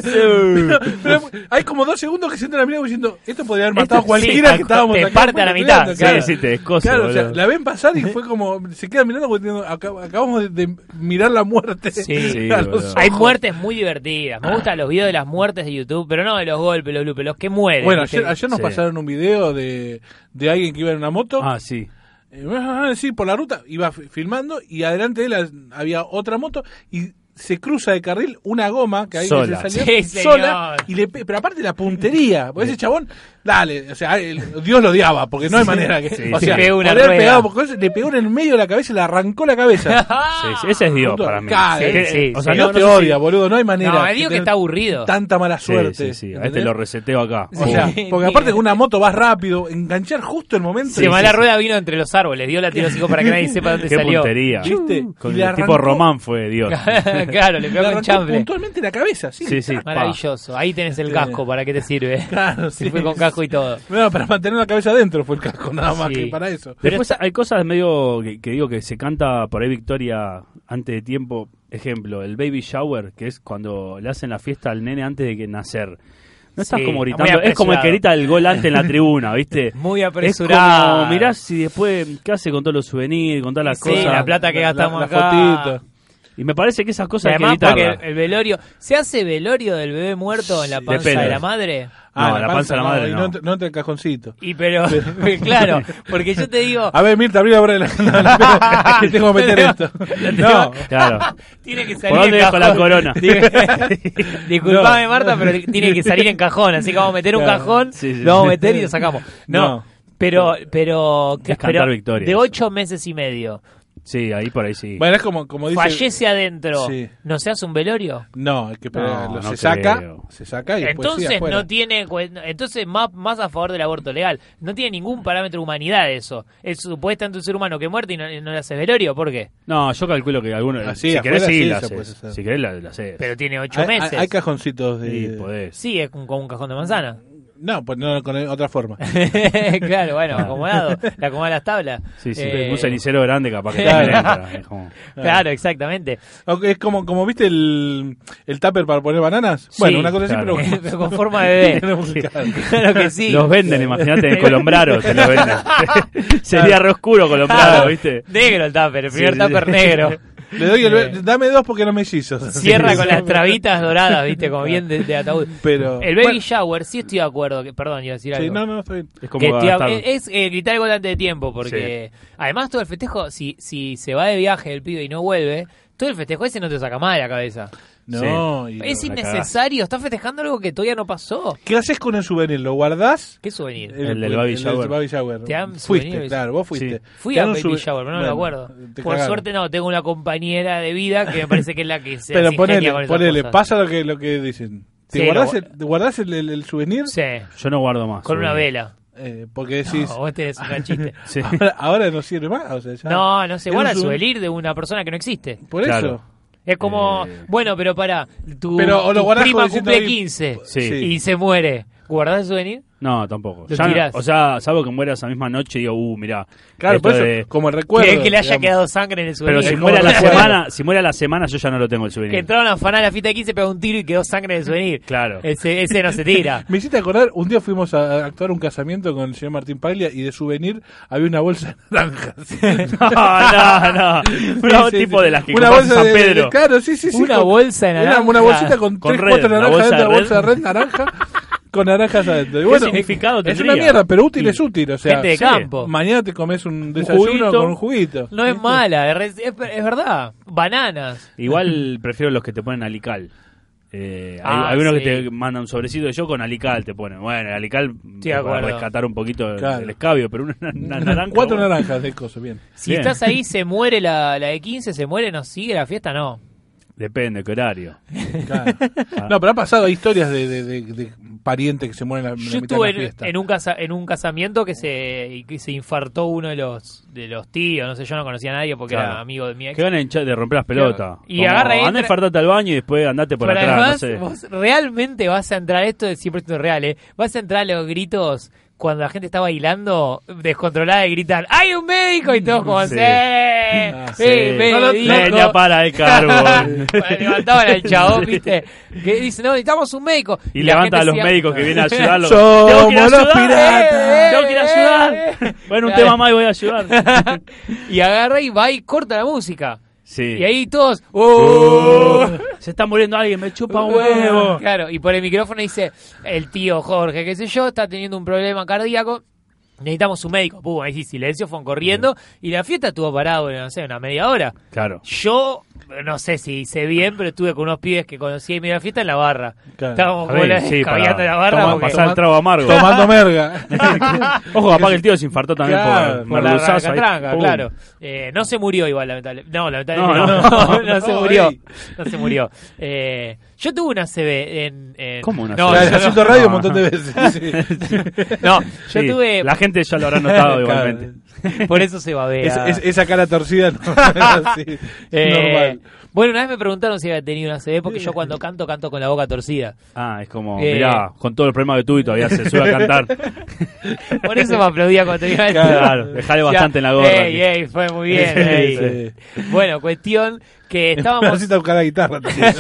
Speaker 3: Pero-
Speaker 2: (laughs) Pero hay como dos segundos que se entran a mirar diciendo esto podría haber matado
Speaker 1: Esto-
Speaker 2: a cualquiera
Speaker 1: sí,
Speaker 2: que estábamos
Speaker 1: te
Speaker 2: acá
Speaker 1: parte a la mitad.
Speaker 2: mirando,
Speaker 3: Sí, sí, te descoso,
Speaker 2: Claro, o sea,
Speaker 3: boludo.
Speaker 2: la ven pasar y fue como se queda mirando como diciendo, "Acab- acabamos de, de mirar la muerte
Speaker 1: Sí.
Speaker 3: Sí,
Speaker 2: (laughs) a los
Speaker 3: boludo.
Speaker 1: Hay
Speaker 2: ojos".
Speaker 1: muertes muy divertidas. Me gustan los videos de las muertes de YouTube, pero no de los golpes, los bloopers, los que mueren.
Speaker 2: Bueno,
Speaker 1: ¿viste?
Speaker 2: ayer, ayer nos
Speaker 3: Sí.
Speaker 2: pasaron un video de, de alguien que iba en una moto.
Speaker 3: (laughs) Ah, sí.
Speaker 2: Eh, ah, sí, por la ruta. Iba fi- filmando y adelante de él ha- había otra moto y se cruza de carril una goma que ahí
Speaker 3: Sola.
Speaker 2: se salió
Speaker 1: Sí,
Speaker 2: (laughs) sola
Speaker 1: señor.
Speaker 2: y le pe- pero aparte la puntería porque ese chabón dale o sea eh, el- Dios lo odiaba porque no hay manera que
Speaker 3: Sí,
Speaker 2: o
Speaker 3: sí.
Speaker 2: sea
Speaker 3: Le
Speaker 1: pegó una
Speaker 2: podría haber
Speaker 1: rueda.
Speaker 2: pegado, porque le pegó en el medio de la cabeza y le arrancó la cabeza
Speaker 3: (laughs) Sí, sí, Ese es Dios
Speaker 2: Puto,
Speaker 3: para mí.
Speaker 2: claro,
Speaker 3: Que- eh,
Speaker 1: sí,
Speaker 3: o sea,
Speaker 1: sí.
Speaker 2: Dios
Speaker 3: no,
Speaker 2: te
Speaker 3: no sé si-
Speaker 2: odia boludo no hay manera
Speaker 1: No, me digo que
Speaker 2: ten-
Speaker 1: está aburrido.
Speaker 2: tanta mala
Speaker 3: Sí,
Speaker 2: suerte
Speaker 3: sí, sí. A este
Speaker 2: ¿entendés?
Speaker 3: lo reseteo acá.
Speaker 2: o sea,
Speaker 1: Sí.
Speaker 2: porque aparte con una moto vas rápido, enganchar justo el momento.
Speaker 1: Se va la rueda vino entre los árboles, dio la tiro para que nadie sepa dónde
Speaker 3: (laughs) Qué
Speaker 1: salió.
Speaker 3: puntería.
Speaker 2: ¿Viste?
Speaker 3: Con
Speaker 2: Y
Speaker 3: el
Speaker 2: le
Speaker 3: tipo
Speaker 2: arrancó-
Speaker 3: Román fue Dios.
Speaker 1: (laughs) claro, le
Speaker 2: Le
Speaker 1: pegó con
Speaker 2: arrancó
Speaker 1: chanfle.
Speaker 2: puntualmente la cabeza, sí.
Speaker 3: Sí, sí. pa.
Speaker 1: Maravilloso. Ahí tenés el casco, ¿para qué te sirve?
Speaker 2: Claro,
Speaker 1: Se
Speaker 2: (laughs) sí.
Speaker 1: fue con casco y todo.
Speaker 2: No, para mantener la cabeza adentro fue el casco, nada más
Speaker 1: Sí.
Speaker 2: que para eso.
Speaker 1: Pero
Speaker 3: Después hay cosas medio que, que digo que se canta por ahí victoria antes de tiempo. Ejemplo, el baby shower, que es cuando le hacen la fiesta al nene antes de que nacer. No estás
Speaker 1: Sí,
Speaker 3: como
Speaker 1: muy
Speaker 3: gritando, es como el que
Speaker 1: apresurado.
Speaker 3: grita el gol antes en la tribuna, ¿viste?
Speaker 1: (laughs) Muy
Speaker 3: Es como,
Speaker 1: apresurado.
Speaker 3: mirá si después, ¿qué hace con todos los souvenirs, con todas las
Speaker 1: Sí,
Speaker 3: cosas?
Speaker 1: la plata que
Speaker 2: La-
Speaker 1: gastamos
Speaker 2: la
Speaker 1: acá.
Speaker 2: fotito.
Speaker 3: Y me parece que esas cosas hay que
Speaker 1: Además, porque eh,
Speaker 3: evitarlas.
Speaker 1: el,
Speaker 3: (laughs)
Speaker 1: el velorio. ¿Se hace velorio del bebé muerto en la panza
Speaker 3: Depende.
Speaker 1: de la madre?
Speaker 3: No, la panza de la madre
Speaker 2: y
Speaker 3: no.
Speaker 2: entra- Ah, No entra el cajoncito.
Speaker 1: Y (laughs) pero, claro, porque yo te digo.
Speaker 2: A ver, Mirta, abrí la la- (laughs) la- la- que tengo que meter esto. No,
Speaker 3: Claro.
Speaker 1: Tiene que salir
Speaker 3: ¿Por dónde
Speaker 1: en
Speaker 3: dejo la
Speaker 1: cajón. (laughs)
Speaker 3: corona? (laughs)
Speaker 1: Disculpame, Marta, pero tiene que salir en cajón. Así que vamos a meter un
Speaker 2: Claro.
Speaker 1: cajón,
Speaker 3: Sí, sí.
Speaker 1: lo vamos a meter y lo sacamos. No,
Speaker 2: No.
Speaker 1: pero, pero,
Speaker 3: Es
Speaker 1: pero
Speaker 3: cantar victoria.
Speaker 1: de ocho meses y medio.
Speaker 3: Sí, ahí por ahí sí.
Speaker 2: bueno, es como, como dice.
Speaker 1: Fallece adentro.
Speaker 2: Sí.
Speaker 1: ¿No se hace un velorio?
Speaker 2: No, es que pero
Speaker 3: No,
Speaker 2: lo-
Speaker 3: no
Speaker 2: se saca,
Speaker 3: creo.
Speaker 2: se saca y después sí,
Speaker 1: Entonces
Speaker 2: afuera.
Speaker 1: no tiene, cu- entonces más, más a favor del aborto legal. No tiene ningún parámetro de humanidad eso. Es supuestamente un ser humano que muerte y no, no le hace velorio, ¿por qué?
Speaker 3: No, yo calculo que algunos.
Speaker 2: Así,
Speaker 3: si querés,
Speaker 2: afuera
Speaker 3: sí,
Speaker 2: Ah, sí,
Speaker 3: la
Speaker 2: se puede
Speaker 3: haces.
Speaker 2: hacer.
Speaker 3: Si querés, la, la haces.
Speaker 1: Pero tiene ocho
Speaker 2: Hay- hay,
Speaker 1: meses.
Speaker 2: hay cajoncitos de.
Speaker 3: Sí, podés.
Speaker 1: Sí, es con, con un cajón de manzana. (laughs)
Speaker 2: No, pues no, con otra forma.
Speaker 1: claro, bueno, acomodado. La acomoda las tablas.
Speaker 3: Sí, sí.
Speaker 1: Eh,
Speaker 3: Un cenicero grande capaz que
Speaker 1: Claro.
Speaker 3: también entra. Es como-
Speaker 1: Claro, exactamente. (laughs)
Speaker 2: Ok, Es como, como viste el, el tupper para poner bananas. Bueno,
Speaker 1: Sí,
Speaker 2: una cosa
Speaker 3: claro.
Speaker 2: así, pero.
Speaker 1: Pero (laughs)
Speaker 2: (laughs)
Speaker 1: con forma de
Speaker 3: (laughs)
Speaker 1: bebé. Claro que sí.
Speaker 3: Los venden, imagínate, en Colombraro te los venden. (laughs) Sería re oscuro Colombraro, ¿viste?
Speaker 1: Ah, Negro el tupper, el primer
Speaker 3: Sí, sí, sí.
Speaker 1: tupper
Speaker 3: (laughs)
Speaker 1: negro.
Speaker 2: Le doy el,
Speaker 3: Eh.
Speaker 2: be- dame dos porque no me hizo.
Speaker 1: Cierra con las trabitas doradas, viste, como bien de, de
Speaker 3: (laughs)
Speaker 1: ataúd.
Speaker 2: Pero.
Speaker 1: El baby
Speaker 2: Bueno,
Speaker 1: shower, sí estoy de acuerdo. Que, perdón, iba a decir
Speaker 2: sí,
Speaker 1: algo.
Speaker 2: no, no, está bien.
Speaker 3: Es
Speaker 1: Que
Speaker 3: como.
Speaker 1: estoy a-
Speaker 3: gastar-
Speaker 1: es eh, gritar el gol antes de tiempo, porque además todo el festejo, si, si se va de viaje el pibe y no vuelve, todo el festejo ese no te saca más de la cabeza.
Speaker 2: No, y-
Speaker 1: Es
Speaker 3: la
Speaker 1: innecesario, estás festejando algo que todavía no pasó.
Speaker 2: ¿Qué haces con el souvenir? ¿Lo guardás?
Speaker 1: ¿Qué souvenir?
Speaker 2: Eh,
Speaker 3: El del baby shower.
Speaker 2: baby shower.
Speaker 1: Te dan
Speaker 2: fuiste,
Speaker 1: souvenirs.
Speaker 2: claro, vos fuiste.
Speaker 3: Sí.
Speaker 1: Fui
Speaker 2: Te
Speaker 1: a
Speaker 2: dan un
Speaker 1: Baby
Speaker 2: souve-
Speaker 1: Shower, pero no me
Speaker 2: Bueno,
Speaker 1: acuerdo.
Speaker 2: te
Speaker 1: Por
Speaker 2: cagaron.
Speaker 1: suerte no, tengo una compañera de vida que me parece que es la que se
Speaker 2: Pero
Speaker 1: se ingenia
Speaker 2: ponele,
Speaker 1: con esas
Speaker 2: ponele,
Speaker 1: cosas.
Speaker 2: pasa lo que, lo que dicen. ¿Te
Speaker 1: Sí,
Speaker 2: guardás,
Speaker 1: lo-
Speaker 2: el, te guardás el, el- el souvenir?
Speaker 1: Sí,
Speaker 3: Yo no guardo más.
Speaker 1: con una
Speaker 3: seguro.
Speaker 1: vela.
Speaker 2: Eh, porque
Speaker 1: No,
Speaker 2: (laughs) decís,
Speaker 1: vos tenés un chiste.
Speaker 2: (laughs)
Speaker 3: Sí.
Speaker 2: ahora, ahora no sirve más. O sea, ya-
Speaker 1: No, no se
Speaker 2: Era
Speaker 1: guarda
Speaker 2: un souvenir.
Speaker 1: souvenir de una persona que no existe.
Speaker 2: Por
Speaker 3: (laughs) Claro.
Speaker 2: eso.
Speaker 1: Es como,
Speaker 3: Eh.
Speaker 1: bueno, pero pará, tu,
Speaker 2: Pero, o lo
Speaker 1: tu
Speaker 2: guardás como
Speaker 1: prima
Speaker 2: diciendo
Speaker 1: cumple
Speaker 2: ahí-
Speaker 1: 15
Speaker 3: Sí.
Speaker 2: Sí.
Speaker 1: y se muere. ¿Guardás el souvenir?
Speaker 3: No, tampoco.
Speaker 1: Lo
Speaker 3: Ya no-
Speaker 1: tirás.
Speaker 3: o sea, salvo que muera esa misma noche y digo, uh, mirá.
Speaker 2: Claro,
Speaker 3: esto
Speaker 2: por eso,
Speaker 3: de-
Speaker 2: como el recuerdo.
Speaker 1: que, que le haya
Speaker 2: digamos.
Speaker 1: quedado sangre en el souvenir.
Speaker 3: Pero si
Speaker 1: Es
Speaker 3: muere a
Speaker 1: como-
Speaker 3: la semana, si muere a la semana, yo ya no lo tengo
Speaker 1: (laughs)
Speaker 3: el
Speaker 1: Que
Speaker 3: souvenir.
Speaker 1: entraron a afanar la fiesta de 15, pegó un tiro y quedó sangre en el souvenir.
Speaker 3: Claro.
Speaker 1: Ese, ese no se tira.
Speaker 2: Me hiciste acordar, un día fuimos a actuar un casamiento con el señor Martín Paglia y de souvenir había una bolsa de naranjas.
Speaker 3: (laughs) (laughs) No, no, no. Un
Speaker 2: Sí, sí,
Speaker 3: tipo
Speaker 2: sí.
Speaker 3: de las que
Speaker 2: Una
Speaker 3: compras en
Speaker 2: bolsa
Speaker 3: San
Speaker 2: de- de-
Speaker 3: Pedro.
Speaker 2: claro, (laughs) sí, sí, sí.
Speaker 1: Una bolsa de
Speaker 2: Era
Speaker 1: naranja.
Speaker 2: una bolsita con,
Speaker 3: Con
Speaker 2: tres,
Speaker 3: red,
Speaker 2: cuatro
Speaker 3: la
Speaker 2: naranjas
Speaker 3: bolsa de
Speaker 2: adentro,
Speaker 3: red.
Speaker 2: bolsa de
Speaker 3: (laughs)
Speaker 2: red naranja, con naranjas adentro. Y bueno,
Speaker 3: significado
Speaker 2: es
Speaker 3: tendría?
Speaker 2: una mierda, pero útil es útil. O sea,
Speaker 1: Gente de
Speaker 2: sí,
Speaker 1: campo.
Speaker 2: mañana te comes un desayuno
Speaker 3: juguito.
Speaker 2: con un juguito.
Speaker 1: No es mala, es, re- es- es verdad. Bananas.
Speaker 3: Igual prefiero los que te ponen alical. Eh, hay-
Speaker 1: Ah,
Speaker 3: hay, unos
Speaker 1: sí.
Speaker 3: que te mandan un sobrecito de yo con alical te ponen. Bueno, el alical
Speaker 1: de
Speaker 3: para
Speaker 1: acuerdo.
Speaker 3: rescatar un poquito el-
Speaker 2: Claro.
Speaker 3: el escabio, pero una,
Speaker 1: (laughs)
Speaker 3: una naranja.
Speaker 2: Cuatro
Speaker 3: bueno. (laughs)
Speaker 2: naranjas de coso, bien.
Speaker 1: Si
Speaker 3: Bien.
Speaker 1: estás ahí, se muere la, la de 15, se muere, no sigue la fiesta, no.
Speaker 3: Depende, qué horario.
Speaker 1: Eh,
Speaker 2: Claro.
Speaker 3: Ah.
Speaker 2: No, pero ha pasado hay historias de, de, de- de parientes que se mueren en la, en la
Speaker 1: Yo
Speaker 2: mitad de
Speaker 1: estuve
Speaker 2: la
Speaker 1: en,
Speaker 2: fiesta.
Speaker 1: en un casa, en un casamiento que se, y que se infartó uno de los de los tíos, no sé, yo no conocía a nadie porque
Speaker 3: Claro.
Speaker 1: era amigo de mi ex.
Speaker 3: Que van a hinchar de romper las pelotas.
Speaker 1: Y agarra y entra-
Speaker 3: Andá y fartate al baño y después andate por
Speaker 1: Pero además,
Speaker 3: atrás, no sé.
Speaker 1: vos realmente vas a entrar, esto es 100% real, ¿eh? Vas a entrar a los gritos cuando la gente está bailando descontrolada y gritan, ¡hay un médico! Y todos como,
Speaker 3: Sí. Ah,
Speaker 1: ¡sí!
Speaker 3: Sí.
Speaker 1: ¡Sí, médico!
Speaker 3: Leña para
Speaker 1: (laughs)
Speaker 3: el carbón.
Speaker 1: Levantaban al chabón, ¿viste? Que dice, no, necesitamos un médico.
Speaker 3: Y,
Speaker 1: la gente
Speaker 3: levanta a los
Speaker 1: decía-
Speaker 3: médicos que vienen a ayudarlo.
Speaker 2: Somos
Speaker 3: ¡Tengo que ir a
Speaker 2: los
Speaker 3: ayudar!
Speaker 2: piratas.
Speaker 3: ¡Tengo que ir a
Speaker 1: Eh,
Speaker 3: ayudar!
Speaker 1: eh.
Speaker 3: Bueno, un
Speaker 1: Claro.
Speaker 3: tema más y voy
Speaker 1: (laughs)
Speaker 3: a ayudar.
Speaker 1: (laughs) y agarra y va y corta la música.
Speaker 3: Sí.
Speaker 1: Y ahí todos, ¡Uh!
Speaker 3: (laughs) Se está muriendo alguien, me chupa ¡oh! un huevo.
Speaker 1: Claro, y por el micrófono dice, el tío Jorge, qué sé yo, está teniendo un problema cardíaco. Necesitamos un médico. Pum, ahí sí, silencio, fueron corriendo. Y la fiesta estuvo parada, bueno, no sé, una media hora.
Speaker 3: Claro.
Speaker 1: Yo, no sé si hice bien, pero estuve con unos pibes que conocí en media fiesta en la barra.
Speaker 2: Claro.
Speaker 1: Estábamos
Speaker 3: A ver,
Speaker 1: con la,
Speaker 3: sí, para
Speaker 1: escabeando la barra
Speaker 3: tomar-
Speaker 1: porque-
Speaker 3: pasar el trago amargo.
Speaker 2: Tomando merga.
Speaker 3: (laughs) Ojo, capaz que el tío se infartó también
Speaker 2: Claro,
Speaker 3: por,
Speaker 1: por
Speaker 3: por
Speaker 1: la
Speaker 3: rusazo ahí.
Speaker 1: tranca,
Speaker 3: Pum.
Speaker 1: claro. Eh, no se murió igual, lamentablemente. No, lamentablemente
Speaker 3: No,
Speaker 1: no.
Speaker 3: (laughs) no.
Speaker 1: (laughs) No, no se
Speaker 2: No,
Speaker 1: murió.
Speaker 2: ey.
Speaker 1: No se murió. Eh, yo tuve una CB en... en-
Speaker 3: ¿Cómo una
Speaker 1: no,
Speaker 3: CB?
Speaker 1: yo
Speaker 2: La-
Speaker 1: no-
Speaker 2: la siento radio un montón de veces.
Speaker 3: (laughs)
Speaker 2: sí.
Speaker 1: No, yo
Speaker 3: Sí,
Speaker 1: tuve...
Speaker 3: La gente ya lo habrá notado
Speaker 2: Claro.
Speaker 3: igualmente.
Speaker 1: Por eso se babea.
Speaker 2: Es-
Speaker 3: ah.
Speaker 2: es- esa cara torcida no (laughs)
Speaker 3: (laughs)
Speaker 2: sí, es
Speaker 1: Eh,
Speaker 2: normal.
Speaker 1: bueno, una vez me preguntaron si había tenido una CB porque yo cuando canto, canto con la boca torcida.
Speaker 3: Ah, es como,
Speaker 1: Eh.
Speaker 3: mirá, con todo el problema que tuve y todavía se sube a cantar.
Speaker 1: Por eso me aplaudía cuando tenía
Speaker 3: Claro, dejale bastante en la gorra.
Speaker 1: Ey, ey, fue muy bien.
Speaker 2: Sí,
Speaker 1: ey. Bueno, cuestión que
Speaker 3: (laughs)
Speaker 1: estábamos...
Speaker 2: Así tocar la guitarra. también.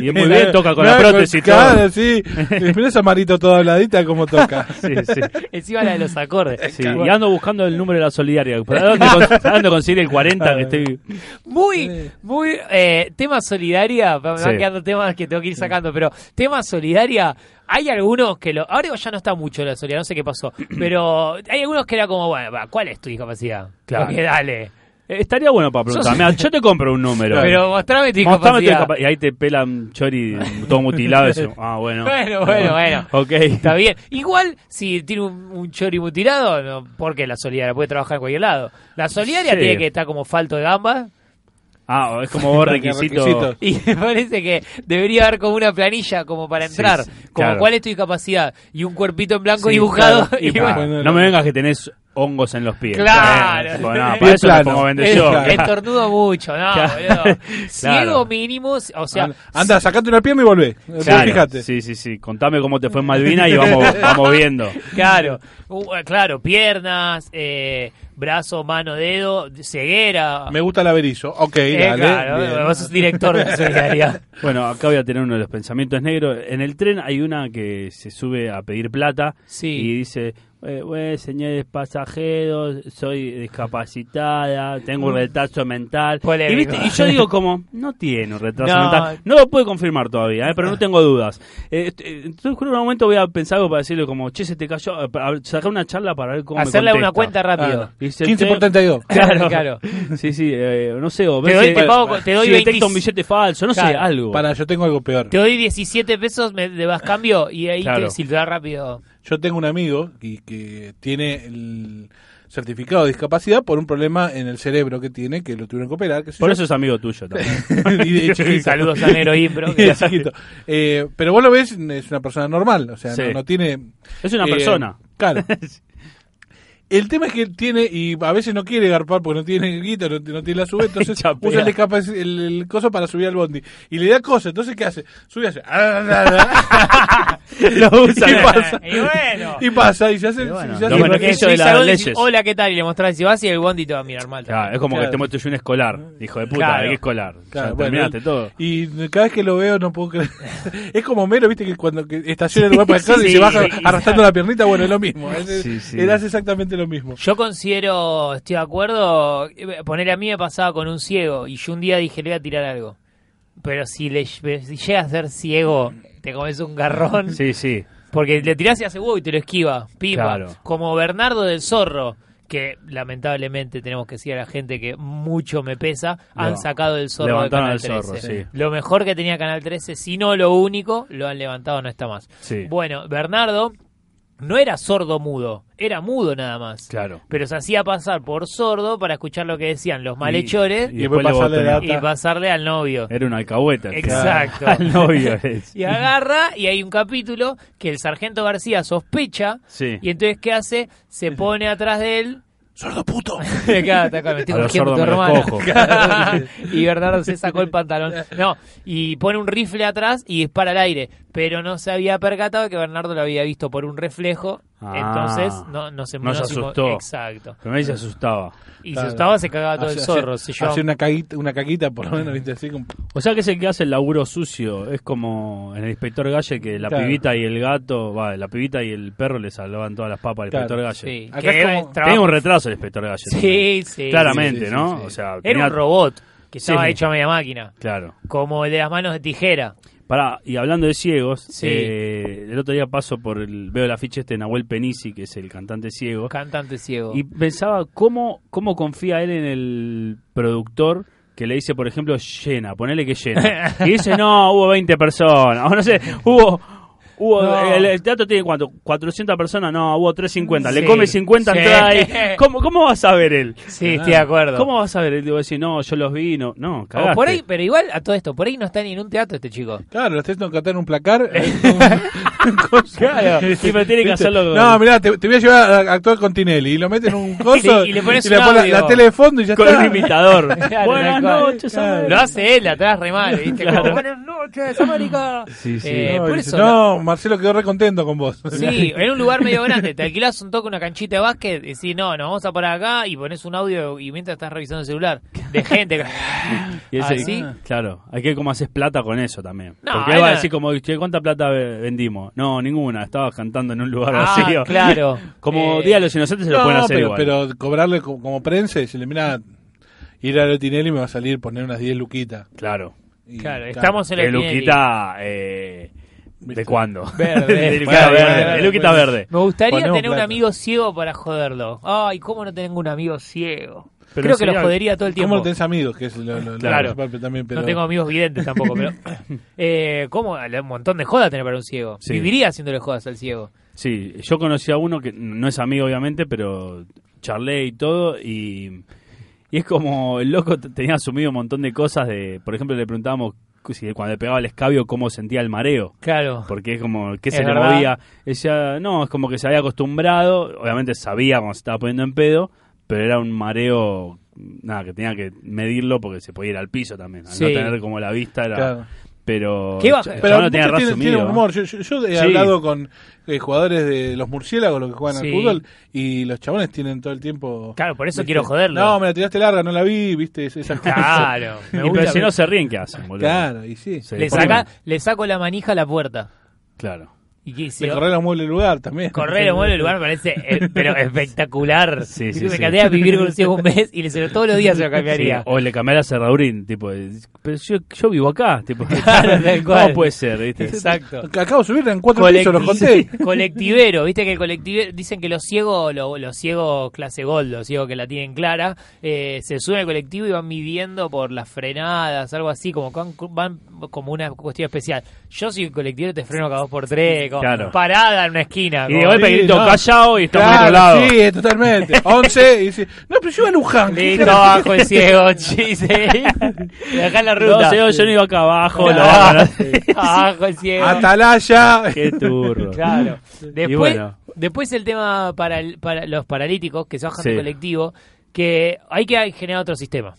Speaker 3: Y es muy bien, toca con la
Speaker 2: Claro,
Speaker 3: prótesis y
Speaker 2: Claro,
Speaker 3: todo.
Speaker 2: sí.
Speaker 3: (laughs)
Speaker 2: Mirá esa manito toda habladita como toca.
Speaker 3: Sí, sí.
Speaker 1: Encima la de los acordes.
Speaker 3: Sí, y ando buscando el número de la solidaria. ¿Para dónde, cons- para (laughs) dónde conseguir el 40 que estoy?
Speaker 1: Muy, muy, eh, tema solidaria, me
Speaker 3: Sí.
Speaker 1: van quedando temas que tengo que ir sacando, pero tema solidaria, hay algunos que lo, ahora ya no está mucho la solidaria, no sé qué pasó, (clears throat) pero hay algunos que era como, bueno, va, ¿cuál es tu discapacidad?
Speaker 3: Claro.
Speaker 1: Porque dale,
Speaker 3: Eh, Estaría bueno para preguntar.
Speaker 1: Sos-
Speaker 3: Mirá, yo te compro un número.
Speaker 1: pero mostrame tu
Speaker 3: Mostrame tu
Speaker 1: discapacidad.
Speaker 3: capa- y ahí te pelan chori todo
Speaker 1: (laughs)
Speaker 3: mutilado. eso. Ah, bueno.
Speaker 1: Bueno, bueno, bueno.
Speaker 3: Ok.
Speaker 1: Está bien. Igual, si tiene un, un chori mutilado, no, porque la solidaria puede trabajar en cualquier lado. La solidaria
Speaker 3: Sí.
Speaker 1: tiene que estar como falto de gambas.
Speaker 3: Ah, es como vos requisito.
Speaker 2: Requisito.
Speaker 1: (laughs) Y me parece que debería haber como una planilla como para entrar,
Speaker 3: sí,
Speaker 1: como
Speaker 3: claro.
Speaker 1: cuál es tu discapacidad y un cuerpito en blanco
Speaker 3: Sí,
Speaker 1: dibujado.
Speaker 3: claro.
Speaker 1: Y
Speaker 3: (laughs) Y
Speaker 1: bueno,
Speaker 3: pa,
Speaker 2: bueno,
Speaker 3: no
Speaker 2: no.
Speaker 3: me vengas que tenés hongos en los pies.
Speaker 1: Claro.
Speaker 3: Eh, bueno, nada,
Speaker 2: Pie
Speaker 3: para eso me
Speaker 2: plano.
Speaker 3: pongo vende
Speaker 1: (laughs) es-
Speaker 3: yo.
Speaker 2: Claro.
Speaker 1: estornudo mucho, no,
Speaker 3: Claro.
Speaker 1: boludo. Ciego
Speaker 3: Claro.
Speaker 1: mínimo, o sea,
Speaker 2: An- Anda, sacate una pierna y volvé.
Speaker 3: Claro.
Speaker 2: Fíjate.
Speaker 3: Sí, sí, sí. Contame cómo te fue en Malvina
Speaker 1: (laughs)
Speaker 3: y vamos, vamos viendo.
Speaker 1: claro, (laughs) Uh, claro, piernas, eh, brazo, mano, dedo, ceguera.
Speaker 2: Me gusta la berizo. Ok,
Speaker 1: Eh,
Speaker 2: dale.
Speaker 1: claro,
Speaker 2: bien.
Speaker 1: vos sos director de la solidaridad.
Speaker 3: (laughs) Bueno, acá voy a tener uno de los pensamientos negros. En el tren hay una que se sube a pedir plata
Speaker 1: Sí.
Speaker 3: y dice, eh, "Bueno, señores pasajeros, soy discapacitada, tengo un retraso mental. Y,
Speaker 1: Polémico.
Speaker 3: viste, y
Speaker 1: (laughs)
Speaker 3: yo digo como, no tiene un retraso
Speaker 1: No.
Speaker 3: mental. No lo puedo confirmar todavía, eh, pero no tengo dudas. Eh, est- eh, entonces, en un momento voy a pensar algo para decirle como, che, se te cayó, eh, para sacar una charla para ver cómo... me
Speaker 1: Hacerle una cuenta
Speaker 3: contesta.
Speaker 1: rápido.
Speaker 2: Ah,
Speaker 3: Y se
Speaker 2: 15 por
Speaker 3: te- (laughs)
Speaker 2: 32.
Speaker 1: Claro, claro.
Speaker 3: Sí, sí, eh, no sé, o
Speaker 1: Te
Speaker 3: ves
Speaker 1: doy,
Speaker 3: si-
Speaker 1: te pago- te doy
Speaker 3: si detecta
Speaker 1: 20.
Speaker 3: un billete falso, no sé,
Speaker 1: Claro.
Speaker 3: algo.
Speaker 2: Para, yo tengo algo peor.
Speaker 1: Te doy 17 pesos, me le das cambio y ahí
Speaker 3: Claro.
Speaker 1: te silbás rápido.
Speaker 2: Yo tengo un amigo que, que tiene el certificado de discapacidad por un problema en el cerebro que tiene, que lo tuvieron que operar. qué sé
Speaker 3: Por
Speaker 2: yo.
Speaker 3: eso es amigo tuyo también.
Speaker 1: (laughs)
Speaker 2: (laughs) Y de chiquito.
Speaker 1: Saludos a Nero
Speaker 2: (laughs)
Speaker 1: Impro.
Speaker 2: Y de chiquito. Eh, pero vos lo ves, es una persona normal, o sea,
Speaker 3: Sí.
Speaker 2: no, no tiene...
Speaker 3: Es una
Speaker 1: (laughs)
Speaker 2: eh,
Speaker 3: persona. (laughs)
Speaker 2: Claro. El tema es que él tiene, y a veces no quiere garpar porque no tiene guita, no, no tiene
Speaker 3: (laughs)
Speaker 2: la sube, entonces
Speaker 3: Chapea.
Speaker 2: usa el, discapac- el, el coso para subir al bondi. Y le da cosa, entonces ¿qué hace? Sube y hace... "Ah, ah, ah,
Speaker 3: (laughs)
Speaker 2: ah".
Speaker 3: Lo usa.
Speaker 2: ¿Qué pasa?
Speaker 1: (laughs) Y bueno.
Speaker 2: Y pasa, y se hace...
Speaker 3: bueno,
Speaker 2: se hace
Speaker 3: lo bueno que
Speaker 2: el-
Speaker 3: es- eso de
Speaker 1: Sí,
Speaker 3: las
Speaker 1: saludás y
Speaker 3: leyes.
Speaker 1: decís, Hola, ¿qué tal? Y le mostrás si vas y el bondi te va a mirar mal.
Speaker 3: Ah, es como
Speaker 2: Claro.
Speaker 3: que te muestro yo un escolar. Hijo de puta,
Speaker 1: Claro.
Speaker 3: ¿de qué escolar?
Speaker 2: Claro,
Speaker 3: ya
Speaker 2: bueno,
Speaker 3: terminaste
Speaker 2: él-
Speaker 3: todo.
Speaker 2: Y cada vez que lo veo no puedo creer. (laughs) es como Mero, viste, que cuando que estaciona el lugar
Speaker 3: (laughs)
Speaker 2: para
Speaker 1: Sí,
Speaker 2: entrar y
Speaker 1: sí,
Speaker 2: se baja
Speaker 1: sí, sí.
Speaker 2: arrastrando la piernita, bueno, es lo mismo. Él,
Speaker 3: Sí, sí.
Speaker 2: él hace exactamente lo mismo.
Speaker 1: Yo considero, estoy de acuerdo, poner a mí me pasaba con un ciego y yo un día dije, le voy a tirar algo. Pero si, le, pero si llegas a ser ciego, te comes un garrón.
Speaker 3: Sí, sí.
Speaker 1: Porque le tirás y hace huevo y te lo esquiva. Pipa.
Speaker 3: Claro.
Speaker 1: Como Bernardo del Zorro, que lamentablemente tenemos que decir a la gente que mucho me pesa, han
Speaker 3: No.
Speaker 1: sacado el zorro
Speaker 3: Levantaron
Speaker 1: de
Speaker 3: al
Speaker 1: Canal
Speaker 3: zorro,
Speaker 1: 13.
Speaker 3: sí.
Speaker 1: Lo mejor que tenía Canal 13, si no lo único, lo han levantado, no está más.
Speaker 3: Sí.
Speaker 1: Bueno, Bernardo no era sordo mudo, era mudo nada más.
Speaker 3: Claro.
Speaker 1: Pero se hacía pasar por sordo para escuchar lo que decían los malhechores
Speaker 3: Y Eh.
Speaker 1: y,
Speaker 3: después
Speaker 2: después
Speaker 3: le
Speaker 2: pasarle la
Speaker 3: botan.
Speaker 2: data.
Speaker 1: pasarle al novio.
Speaker 3: Era un alcahueta. el que-
Speaker 1: Exacto.
Speaker 3: (laughs) Al novio.
Speaker 1: (laughs)
Speaker 3: es.
Speaker 1: Y agarra y hay un capítulo que el sargento García sospecha
Speaker 3: Sí.
Speaker 1: y entonces ¿qué hace? Se pone atrás de (laughs) él.
Speaker 2: ¡Sordo puto!
Speaker 1: Acá, acá, me estoy
Speaker 3: A los
Speaker 1: cogiendo
Speaker 3: sordos
Speaker 1: tu
Speaker 3: me los
Speaker 1: hermana.
Speaker 3: cojo.
Speaker 1: (laughs) y Bernardo se sacó el pantalón. No, y pone un rifle atrás y dispara al aire. Pero no se había percatado que Bernardo lo había visto por un reflejo.
Speaker 3: Ah.
Speaker 1: entonces no, no se
Speaker 3: No se
Speaker 1: mo-
Speaker 3: asustó.
Speaker 1: Exacto.
Speaker 3: Pero me se asustaba.
Speaker 1: Y si
Speaker 2: Claro.
Speaker 1: estaba se cagaba Ah, todo el
Speaker 2: Hace-
Speaker 1: zorro. se
Speaker 2: hace-
Speaker 1: llevaba-
Speaker 2: hace una caguita, una caquita por lo menos, viste, así como...
Speaker 3: O sea que es el que hace el laburo sucio. Es como en el inspector Galle que la
Speaker 2: Claro.
Speaker 3: pibita y el gato, va, la pibita y el perro le salvaban todas las papas al
Speaker 2: Claro.
Speaker 3: inspector Galle.
Speaker 1: Sí,
Speaker 2: Acá
Speaker 1: que
Speaker 2: es
Speaker 1: era
Speaker 2: como-
Speaker 1: el
Speaker 3: Tenía
Speaker 1: trabajo-
Speaker 3: un retraso el inspector Galle.
Speaker 1: Sí, sí.
Speaker 3: Claramente,
Speaker 2: sí, sí,
Speaker 3: ¿no?
Speaker 2: sí.
Speaker 3: O sea,
Speaker 1: Era
Speaker 3: tenía-
Speaker 1: un robot que
Speaker 3: Sí.
Speaker 1: estaba hecho a media máquina.
Speaker 3: Claro.
Speaker 1: Como el de las manos de tijera.
Speaker 3: Pará, y hablando de ciegos,
Speaker 1: Sí.
Speaker 3: eh, el otro día paso por el. Veo el afiche este de Nahuel Penisi, que es el cantante ciego.
Speaker 1: Cantante ciego.
Speaker 3: Y pensaba, ¿cómo, ¿cómo confía él en el productor que le dice, por ejemplo, llena? Ponele
Speaker 1: (laughs)
Speaker 3: que llena. Y dice, no, hubo 20 personas. O no sé, hubo. hubo-
Speaker 1: No.
Speaker 3: El, el teatro tiene cuánto? 400 personas, no, hubo 350. Le
Speaker 1: Sí.
Speaker 3: come 50
Speaker 1: Sí. (laughs)
Speaker 3: entradas ahí. ¿Cómo, ¿Cómo va a saber él?
Speaker 1: Sí, estoy de acuerdo.
Speaker 3: ¿Cómo va a saber él? Digo, decir, no, yo los vi, no. No,
Speaker 1: O
Speaker 3: cagaste.
Speaker 1: por ahí, pero igual a todo esto, por ahí no está ni en un teatro este chico.
Speaker 2: Claro, lo estás teniendo que atar en
Speaker 1: (laughs)
Speaker 2: un placar. eh, (laughs) con- con-
Speaker 3: Claro. Sí, pero tiene que
Speaker 2: ¿Viste?
Speaker 3: hacerlo.
Speaker 2: No, mirá, te, te voy a llevar a a actuar con Tinelli. Y lo meten
Speaker 1: (laughs)
Speaker 2: en un coso.
Speaker 1: Sí, y le pones
Speaker 2: le
Speaker 1: un
Speaker 2: pones la,
Speaker 1: audio.
Speaker 2: la tele de fondo y ya
Speaker 3: con un
Speaker 2: está.
Speaker 3: imitador.
Speaker 1: (laughs) Claro,
Speaker 3: Buenas
Speaker 1: tal cual.
Speaker 3: noches,
Speaker 1: Lo
Speaker 3: América.
Speaker 1: hace él atrás re mal, ¿viste?
Speaker 3: Claro.
Speaker 1: Como, Buenas noches,
Speaker 3: (laughs)
Speaker 1: América.
Speaker 3: Sí, sí.
Speaker 1: Eh,
Speaker 2: no,
Speaker 1: por
Speaker 2: y
Speaker 1: eso
Speaker 2: dice, no, Marcelo quedó re contento con vos. (laughs)
Speaker 1: Sí, en un lugar medio grande, te alquilás un toque, una canchita de básquet, y decís, no, nos vamos a parar acá y pones un audio y mientras estás revisando el celular, de gente.
Speaker 3: (laughs) Y ese-
Speaker 1: Así.
Speaker 3: "Ah, Claro, hay que ver cómo haces plata con eso también.
Speaker 1: No,
Speaker 3: Porque él va a
Speaker 1: era-
Speaker 3: decir como, che, ¿cuánta plata ve- vendimos? No, ninguna, estaba cantando en un lugar
Speaker 1: Ah,
Speaker 3: vacío.
Speaker 1: (laughs) claro.
Speaker 3: (laughs) Como
Speaker 1: Eh,
Speaker 3: Día de los Inocentes se lo
Speaker 2: No,
Speaker 3: pueden hacer
Speaker 2: pero,
Speaker 3: igual.
Speaker 2: pero cobrarle co- como prensa y decirle, mira, ir a lo Tinelli me va a salir poner unas 10 luquitas.
Speaker 3: Claro.
Speaker 2: Y,
Speaker 1: Claro, estamos en
Speaker 3: De
Speaker 1: el
Speaker 3: Luquita, eh, ¿de
Speaker 2: Viste.
Speaker 3: cuándo?
Speaker 1: Verde.
Speaker 3: (laughs) De Luquita
Speaker 2: Bueno,
Speaker 3: Verde.
Speaker 2: bueno,
Speaker 3: de Luquita
Speaker 2: bueno.
Speaker 3: Verde.
Speaker 1: Me gustaría
Speaker 2: Ponemos
Speaker 1: tener
Speaker 2: plata.
Speaker 1: un amigo ciego para joderlo. Ay, ¿cómo no tengo un amigo ciego?
Speaker 3: Pero
Speaker 1: Creo que
Speaker 3: sería-
Speaker 1: lo jodería todo el tiempo.
Speaker 2: ¿Cómo no tenés amigos? Que es lo, lo- lo
Speaker 3: Claro.
Speaker 2: principal, pero también, pero-
Speaker 1: No tengo amigos videntes tampoco,
Speaker 2: (laughs)
Speaker 1: pero. eh, ¿Cómo? Un montón de jodas tener para un ciego.
Speaker 3: Sí.
Speaker 1: Viviría haciéndole jodas al ciego.
Speaker 3: Sí, yo conocí a uno que no es amigo obviamente, pero charlé y todo y, y es como el loco t- tenía asumido un montón de cosas de, por ejemplo, le preguntábamos si cuando le pegaba el escabio cómo sentía el mareo.
Speaker 1: Claro.
Speaker 3: Porque es como que
Speaker 1: Es
Speaker 3: se le
Speaker 1: verdad.
Speaker 3: movía. Decía, no, es como que se había acostumbrado. Obviamente sabía cuando se estaba poniendo en pedo, pero era un mareo. Nada, que tenía que medirlo porque se podía ir al piso también. Al
Speaker 1: Sí.
Speaker 3: no tener como la vista era.
Speaker 2: Claro.
Speaker 3: Pero.
Speaker 1: Qué
Speaker 3: el
Speaker 1: baja-
Speaker 3: ch- el
Speaker 2: Pero
Speaker 3: chabón lo
Speaker 2: muchos
Speaker 3: tenía re
Speaker 2: tienen,
Speaker 3: asumido,
Speaker 2: tienen un
Speaker 3: ¿no?
Speaker 2: humor. Yo, yo- yo he
Speaker 3: Sí.
Speaker 2: hablado con eh, jugadores de los murciélagos, los que juegan
Speaker 1: Sí.
Speaker 2: al fútbol, y los chabones tienen todo el tiempo...
Speaker 1: Claro, por eso
Speaker 2: ¿viste?
Speaker 1: quiero joderlo.
Speaker 2: No, me la tiraste larga, no la vi, viste, Es- esas
Speaker 3: (laughs)
Speaker 2: cosas. (laughs)
Speaker 1: Claro.
Speaker 3: Y
Speaker 1: Me
Speaker 3: pero
Speaker 1: gusta
Speaker 3: si
Speaker 1: ver-
Speaker 3: no se ríen, ¿qué hacen, boludo?
Speaker 2: Claro, y sí.
Speaker 3: Se
Speaker 1: le,
Speaker 3: deforman.
Speaker 1: saca- le saco la manija a la puerta.
Speaker 3: Claro.
Speaker 1: Y que se-
Speaker 2: Le correr los muebles del lugar también.
Speaker 1: Correr el mueble del lugar me parece eh,
Speaker 3: (laughs)
Speaker 1: pero espectacular.
Speaker 3: Sí, sí,
Speaker 1: me
Speaker 3: sí.
Speaker 1: encantaría vivir con un ciego un mes y le se lo- todos los días se lo cambiaría.
Speaker 3: Sí, O le cambié la cerradurín, tipo. Pero yo, yo vivo acá,
Speaker 2: (laughs)
Speaker 3: tipo.
Speaker 1: Claro, tal cual.
Speaker 3: ¿Cómo puede ser, viste?
Speaker 1: Exacto.
Speaker 2: Acabo de subir en cuatro
Speaker 1: Colecti-
Speaker 3: (laughs)
Speaker 2: pisos, los conté.
Speaker 1: colectivero, viste que el colectivero, dicen que los ciegos, lo- los, ciegos clase gold, los ciegos que la tienen clara, eh, se suben al colectivo y van midiendo por las frenadas, algo así, como con- van como una cuestión especial. Yo soy colectivero te freno cada dos por tres, como
Speaker 3: Claro.
Speaker 1: parada en una esquina.
Speaker 3: Y
Speaker 1: como-
Speaker 3: de golpe
Speaker 2: Sí,
Speaker 3: grito,
Speaker 2: no.
Speaker 3: callado y estamos
Speaker 2: Claro,
Speaker 3: al otro lado.
Speaker 2: sí, eh, totalmente. 11 y dice, no, pero yo iba
Speaker 3: (laughs)
Speaker 2: a Luján. ¿qué
Speaker 1: Listo,
Speaker 2: será?
Speaker 1: abajo el ciego, (laughs) chiste. Dejá la ruta.
Speaker 3: No, señor, yo no iba acá abajo. lo
Speaker 1: Ah,
Speaker 3: bajo,
Speaker 1: (laughs)
Speaker 3: ¿no?
Speaker 1: abajo el ciego.
Speaker 2: Atalaya.
Speaker 3: Qué turro.
Speaker 1: (laughs) Claro. Después,
Speaker 3: bueno.
Speaker 1: después el tema para, el- para los paralíticos que se bajan
Speaker 3: Sí.
Speaker 1: del colectivo, que hay que generar otro sistema.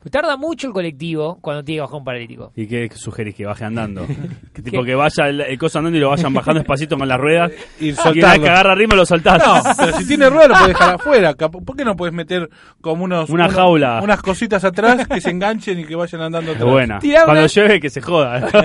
Speaker 1: Pues tarda mucho el colectivo cuando tiene que bajar un paralítico.
Speaker 3: ¿Y qué sugerís? Que
Speaker 1: (laughs)
Speaker 3: baje andando. Que tipo que vaya el, el coso andando y lo vayan bajando despacito con las
Speaker 1: (laughs)
Speaker 3: ruedas.
Speaker 2: Y
Speaker 3: una vez
Speaker 2: soltarlo.
Speaker 3: que agarra ritmo lo saltás.
Speaker 2: No, (laughs) pero si tiene ruedas lo puedes dejar afuera. Cap- ¿Por qué no puedes meter como unos...
Speaker 3: Una
Speaker 2: unos-
Speaker 3: jaula.
Speaker 2: Unas cositas atrás que se enganchen y que vayan
Speaker 3: (laughs)
Speaker 2: andando
Speaker 3: Es
Speaker 2: atrás.
Speaker 3: buena.
Speaker 1: Tirá
Speaker 3: Cuando
Speaker 1: una- ¿Eh?
Speaker 3: llueve que se joda. (laughs)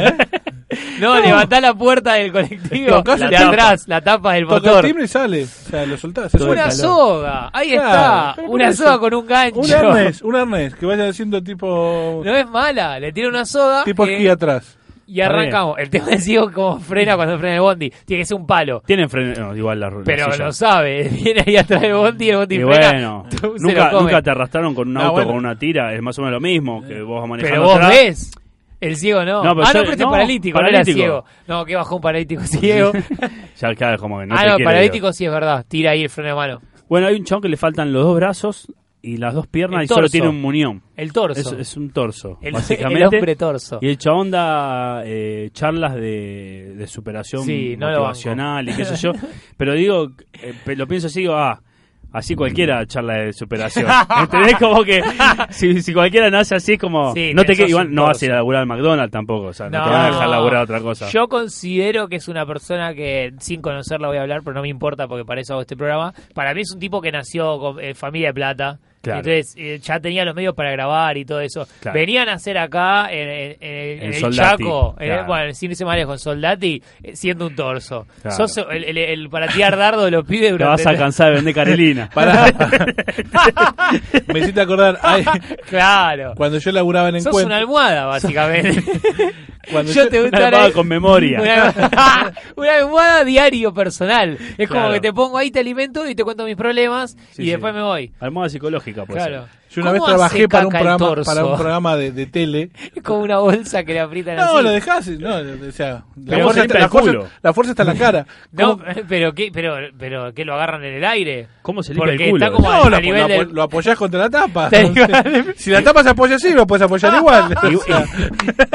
Speaker 1: No, levantá la puerta del colectivo,
Speaker 2: Tocás
Speaker 1: la
Speaker 2: el
Speaker 1: de
Speaker 2: timbre.
Speaker 1: atrás, la tapa del
Speaker 2: Toca el
Speaker 1: motor.
Speaker 2: timbre y sale. O sea, lo soltás. se
Speaker 3: Todo
Speaker 2: suelta.
Speaker 1: Una
Speaker 3: calor.
Speaker 1: soga, ahí
Speaker 2: Claro,
Speaker 1: está,
Speaker 2: pero
Speaker 1: una
Speaker 2: por eso.
Speaker 1: soga con un gancho.
Speaker 2: Un arnés, un arnés. Que vaya haciendo tipo...
Speaker 1: No es mala, le tira una soga
Speaker 2: Tipo
Speaker 1: eh,
Speaker 2: aquí atrás.
Speaker 1: y arrancamos. El tema es ciego como frena cuando frena el bondi. Tiene que ser un palo.
Speaker 3: Tienen freno. no, igual las ruedas.
Speaker 1: Pero lo sabe, (laughs) viene ahí atrás del bondi y el bondi
Speaker 3: Y
Speaker 1: frena.
Speaker 3: bueno,
Speaker 1: (laughs) se lo
Speaker 3: nunca,
Speaker 1: come.
Speaker 3: nunca te arrastraron con un
Speaker 2: No,
Speaker 3: auto
Speaker 2: bueno.
Speaker 3: con una tira, es más o menos lo mismo que vos manejando
Speaker 1: Pero vos
Speaker 3: atrás.
Speaker 1: ves. El ciego no.
Speaker 3: No, pero
Speaker 1: ah,
Speaker 3: yo-
Speaker 1: no, pero este
Speaker 3: no,
Speaker 1: paralítico, no era
Speaker 3: paralítico.
Speaker 1: ciego. No, que bajó un
Speaker 3: (laughs)
Speaker 1: paralítico ciego.
Speaker 3: Ya, claro, como que no
Speaker 1: ah,
Speaker 3: te
Speaker 1: no,
Speaker 3: quiere,
Speaker 1: paralítico sí es verdad. Tira ahí el freno de mano.
Speaker 3: digo. Bueno, hay un chabón que le faltan los dos brazos y las dos piernas
Speaker 1: El
Speaker 3: y solo
Speaker 1: torso.
Speaker 3: tiene un muñón.
Speaker 1: El torso.
Speaker 3: Es, es un torso,
Speaker 1: el, (laughs)
Speaker 3: básicamente.
Speaker 1: el hombre torso.
Speaker 3: Y el chabón da eh, charlas de, de superación
Speaker 1: Sí, no lo banco.
Speaker 3: motivacional y qué
Speaker 1: (laughs)
Speaker 3: sé yo. Pero digo, eh, pe- lo pienso así, digo, ah, así cualquiera charla
Speaker 1: (laughs)
Speaker 3: de superación. ¿Entendés? Como que si, si cualquiera nace así, es como.
Speaker 1: Sí,
Speaker 3: no te
Speaker 1: sos
Speaker 3: que- igual
Speaker 1: un
Speaker 3: no vas a ir
Speaker 1: torso.
Speaker 3: a laburar al McDonald's tampoco, o sea, no, te van a dejar laburar otra cosa.
Speaker 1: Yo considero que es una persona que, sin conocerla voy a hablar, pero no me importa porque para eso hago este programa. Para mí es un tipo que nació con eh, familia de plata.
Speaker 3: Claro.
Speaker 1: Entonces eh, ya tenía los medios para grabar y todo eso.
Speaker 3: Claro.
Speaker 1: Venían a hacer acá en, en- en el-
Speaker 3: En
Speaker 1: en el
Speaker 3: Soldati,
Speaker 1: Chaco, en el-
Speaker 3: claro.
Speaker 1: bueno, sin ese manejo, en Soldati, eh, siendo un torso.
Speaker 3: Claro.
Speaker 1: Sos el, el- el para tirar dardo de los pibes
Speaker 3: Te vas a
Speaker 1: durante-
Speaker 3: cansar de vender
Speaker 1: (laughs)
Speaker 3: carelina.
Speaker 2: Pará. (laughs) Me hiciste acordar. ay,
Speaker 1: (laughs) claro.
Speaker 2: cuando yo laburaba en
Speaker 1: Sos
Speaker 2: encuentro.
Speaker 1: una almohada,
Speaker 3: (laughs)
Speaker 1: básicamente.
Speaker 2: Cuando
Speaker 1: Yo
Speaker 2: yo-
Speaker 1: te
Speaker 3: Una
Speaker 1: gustaré-
Speaker 3: almohada con memoria.
Speaker 1: (laughs)
Speaker 2: (laughs)
Speaker 1: Una, una almohada diario personal. Es
Speaker 3: Claro.
Speaker 1: como que te pongo ahí, te alimento y te cuento mis problemas
Speaker 3: Sí,
Speaker 1: y
Speaker 3: sí.
Speaker 1: después me voy.
Speaker 3: Almohada psicológica, pues.
Speaker 1: Claro.
Speaker 2: Yo una vez
Speaker 1: ¿Cómo hace
Speaker 2: trabajé para un,
Speaker 1: caca el
Speaker 2: programa,
Speaker 1: torso?
Speaker 2: para un programa de, de tele.
Speaker 1: (laughs) Es como una bolsa que le aprietan
Speaker 2: No,
Speaker 1: así.
Speaker 2: lo dejás. No, o sea, la
Speaker 3: Pero
Speaker 2: fuerza,
Speaker 3: siempre
Speaker 2: está, la,
Speaker 3: el
Speaker 2: fuerza,
Speaker 3: culo.
Speaker 2: la fuerza está en la cara.
Speaker 1: No,
Speaker 2: ¿Cómo-
Speaker 1: (laughs) pero que pero pero que lo agarran en el
Speaker 2: (laughs)
Speaker 1: aire.
Speaker 3: ¿Cómo se limpia
Speaker 1: Porque
Speaker 3: el culo?
Speaker 1: está como
Speaker 2: No,
Speaker 1: al-
Speaker 2: lo,
Speaker 1: al
Speaker 2: apo-
Speaker 1: nivel
Speaker 2: lo apo-
Speaker 1: del-
Speaker 2: lo apoyás contra la tapa.
Speaker 1: Está igual.
Speaker 2: (laughs) si la tapa se apoya así, lo
Speaker 1: (laughs)
Speaker 2: puedes apoyar igual. (laughs) O sea,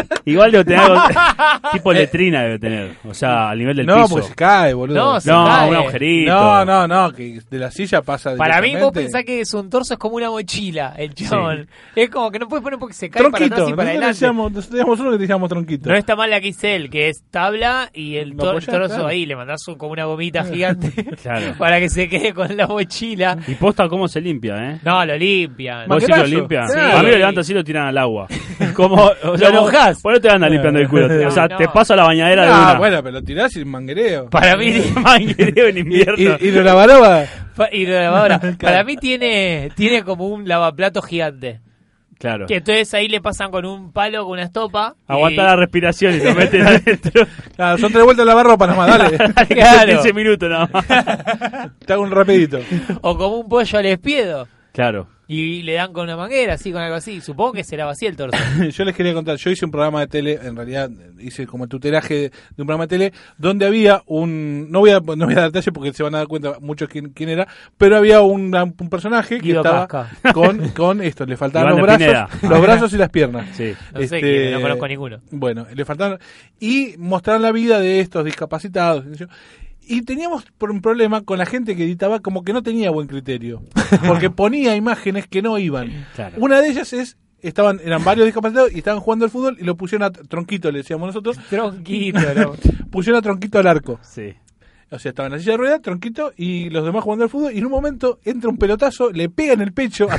Speaker 2: Eh.
Speaker 3: Igual debe tener algo,
Speaker 2: (laughs)
Speaker 3: tipo letrina debe tener, o sea, al nivel del
Speaker 2: no,
Speaker 3: piso.
Speaker 2: pues se cae, boludo.
Speaker 1: No, se
Speaker 3: no,
Speaker 1: cae.
Speaker 3: un agujerito.
Speaker 2: No, no, no, que de la silla pasa
Speaker 1: Para mí vos
Speaker 2: directamente.
Speaker 1: pensás que es un torso es como una mochila, el chabón. Es como que no puedes poner porque se cae
Speaker 2: Tronquito,
Speaker 1: para atrás y para
Speaker 2: nosotros
Speaker 1: adelante.
Speaker 2: decíamos, nosotros teníamos uno que decíamos tronquito.
Speaker 1: No está mal la que hice él, que es tabla y el
Speaker 2: Lo
Speaker 1: tor-
Speaker 2: apoyás,
Speaker 1: trozo
Speaker 2: claro.
Speaker 1: ahí, le mandás un- como una gomita gigante
Speaker 3: Claro.
Speaker 1: (laughs) para que se quede con la mochila.
Speaker 3: Y posta cómo se limpia, ¿eh?
Speaker 1: No, lo limpian.
Speaker 3: ¿Vos decís que lo
Speaker 2: Manguerazo.
Speaker 3: limpian?
Speaker 1: Sí.
Speaker 3: A mí lo levantan así y lo tiran al
Speaker 2: (laughs)
Speaker 3: agua. Como, o sea,
Speaker 1: Lo
Speaker 3: no-
Speaker 1: mojás.
Speaker 3: Vos no te andas limpiando el culo. o sea,
Speaker 1: No, no.
Speaker 3: te pasa la bañadera de
Speaker 2: Ah,
Speaker 3: una. (laughs)
Speaker 2: bueno, pero lo tirás sin manguereo.
Speaker 1: Para mí,
Speaker 3: Manguereo en
Speaker 2: Y,
Speaker 3: invierno.
Speaker 2: y lo lavaraba.
Speaker 1: (laughs) pa- y lo lavadora. para mí tiene, tiene como un lavaplato gigante.
Speaker 3: claro.
Speaker 1: Que entonces ahí le pasan con un palo, con una estopa.
Speaker 3: Aguanta
Speaker 1: y- (laughs)
Speaker 3: la respiración y lo
Speaker 2: (laughs)
Speaker 3: meten adentro.
Speaker 2: Claro, son tres vueltas a lavar ropa nomás, dale.
Speaker 1: (laughs) Claro.
Speaker 3: (laughs) 15 minutos nada
Speaker 2: (laughs)
Speaker 3: más.
Speaker 2: Te hago un rapidito.
Speaker 1: O como un pollo al espiedo.
Speaker 3: Claro.
Speaker 1: Y le dan con una manguera, así, con algo así. Supongo que se lava así el torso.
Speaker 2: (laughs) Yo les quería contar, yo hice un programa de tele, en realidad hice como el tutelaje de un programa de tele, donde había un, no voy a, no voy a dar detalle porque se van a dar cuenta muchos quién, quién era, pero había un, un personaje que
Speaker 1: Guido
Speaker 2: estaba
Speaker 1: Casca.
Speaker 2: con, con esto, le
Speaker 3: Iván
Speaker 2: faltaban los
Speaker 3: de
Speaker 2: brazos,
Speaker 3: Pineda.
Speaker 2: los
Speaker 3: (laughs)
Speaker 2: brazos y las piernas.
Speaker 3: Sí.
Speaker 1: No sé quién,
Speaker 2: Este
Speaker 1: no conozco ninguno.
Speaker 2: Bueno, le faltaron. Y mostrar la vida de estos discapacitados. qué sé yo. Y teníamos por un problema con la gente que editaba como que no tenía
Speaker 3: (laughs)
Speaker 2: buen criterio. Porque ponía imágenes que no iban.
Speaker 3: Claro.
Speaker 2: Una de ellas es. Estaban, eran varios discapacitados y estaban jugando al fútbol y lo pusieron a tronquito, le decíamos nosotros,
Speaker 1: Tronquito, (laughs) ¿no?
Speaker 2: pusieron a tronquito al arco.
Speaker 3: Sí.
Speaker 2: O sea, estaban en la silla de ruedas, tronquito y los demás jugando al fútbol y en un momento entra un pelotazo, le pega en el pecho a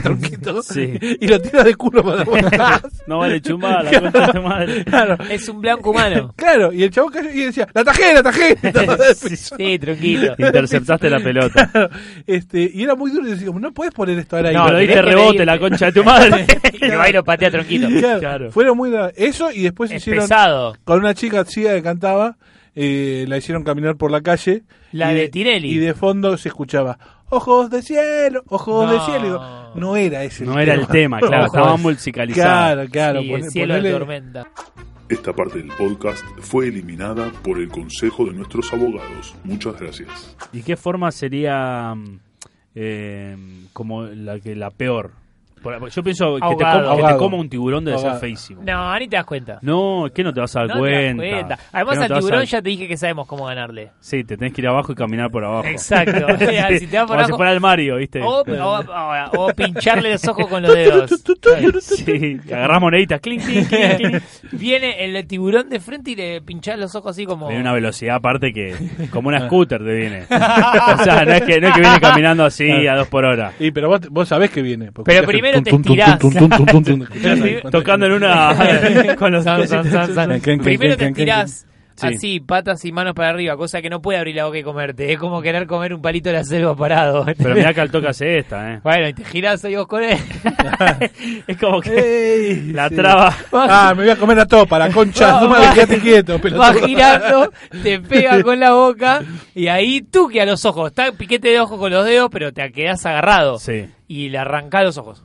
Speaker 3: (laughs)
Speaker 2: tronquito
Speaker 3: Sí.
Speaker 2: y lo tira de
Speaker 3: (laughs)
Speaker 2: culo para atrás.
Speaker 3: No vale chumbar la concha de
Speaker 2: (laughs)
Speaker 3: madre.
Speaker 2: Claro.
Speaker 1: Es un blanco humano.
Speaker 2: Claro, y el chabón cayó y decía, la tajé,
Speaker 1: (laughs)
Speaker 2: la (laughs) tajé.
Speaker 1: Sí, tronquito.
Speaker 3: Interceptaste la pelota.
Speaker 2: este, y era muy duro y decíamos, no puedes poner esto ahora ahí.
Speaker 3: No,
Speaker 1: No,
Speaker 3: pero
Speaker 1: tenés
Speaker 3: diste
Speaker 1: que
Speaker 3: rebote
Speaker 1: pedirte.
Speaker 3: la concha de tu
Speaker 2: (laughs)
Speaker 3: madre.
Speaker 1: (laughs) Y lo va y lo patea tronquito.
Speaker 2: Claro,
Speaker 3: claro.
Speaker 2: Fueron muy gra- eso y después
Speaker 1: Es
Speaker 2: hicieron
Speaker 1: pesado.
Speaker 2: con una chica ciega que cantaba, eh, la hicieron caminar por la calle.
Speaker 1: La
Speaker 2: y
Speaker 1: de Tinelli.
Speaker 2: Y de fondo se escuchaba, ojos de cielo, ojos de
Speaker 1: No.
Speaker 2: cielo. Y digo, no era ese.
Speaker 3: No era el
Speaker 2: (laughs)
Speaker 3: tema, claro. Estaba musicalizado.
Speaker 2: Claro, claro.
Speaker 1: y
Speaker 2: pone-
Speaker 1: el cielo de
Speaker 2: ponele-
Speaker 1: tormenta.
Speaker 4: Esta parte del podcast fue eliminada por el consejo de nuestros abogados. Muchas gracias.
Speaker 3: ¿Y qué forma sería mm, eh, como la que la peor? Por- Yo pienso que, te
Speaker 1: Ahogado.
Speaker 3: coma, que te
Speaker 2: Ahogado.
Speaker 3: coma un tiburón de ser
Speaker 2: Ahogado.
Speaker 3: feísimo.
Speaker 1: No, ni te das cuenta.
Speaker 3: No, es que no te vas a dar
Speaker 1: No te das
Speaker 3: cuenta.
Speaker 1: cuenta.
Speaker 3: Que
Speaker 1: Además,
Speaker 3: no
Speaker 1: al
Speaker 3: te vas a-
Speaker 1: tiburón ya te dije que sabemos cómo ganarle.
Speaker 3: Sí, te tenés que ir abajo y caminar por abajo.
Speaker 1: (laughs) Exacto. O sea,
Speaker 3: (laughs)
Speaker 1: si te vas por
Speaker 3: Como si
Speaker 1: abajo- Oh,
Speaker 3: fuera el Mario, ¿viste? (laughs)
Speaker 1: O, o- o- o pincharle los ojos con los dedos.
Speaker 3: Sí, que agarrás moneditas, clink, clink, clink,
Speaker 1: (laughs)
Speaker 3: clink.
Speaker 1: Viene el tiburón de frente y le pinchás los ojos así como.
Speaker 3: Tiene una velocidad
Speaker 1: (laughs)
Speaker 3: aparte que... Como una scooter te viene. (laughs) O sea, no es que, no es
Speaker 1: (laughs)
Speaker 3: que viene caminando así a dos por hora.
Speaker 2: Y pero vos, vos sabés que viene. porque
Speaker 1: Pero
Speaker 2: escuchás el
Speaker 1: primero te
Speaker 2: tum, tum,
Speaker 1: estirás.
Speaker 2: tum, tum, tum, tum, tum, escuchás ahí.
Speaker 3: Tocando en una... con los...
Speaker 1: San, san, san, san.
Speaker 2: Can, can,
Speaker 1: Primero te
Speaker 2: can, can,
Speaker 1: tirás
Speaker 3: can. Sí.
Speaker 1: así, patas y manos para arriba, cosa que no puede abrir la boca y comerte. Es como querer comer un palito de la selva parado.
Speaker 3: (laughs) Pero mirá que al toque hace esta, ¿eh?
Speaker 1: (laughs) Bueno, y te girás ahí vos con él.
Speaker 3: es como que
Speaker 2: Eh.
Speaker 1: (laughs)
Speaker 2: Ey,
Speaker 3: la
Speaker 2: (laughs) sí.
Speaker 3: traba.
Speaker 2: Ah, me voy a comer la topa, la concha. No, madre, quédate quieto.
Speaker 1: Va
Speaker 2: pelotudo.
Speaker 1: girando, te pega con la boca y ahí tú que a los ojos. Está piquete de ojos con los dedos, pero te quedás agarrado.
Speaker 3: Sí.
Speaker 1: Y le arrancás los ojos.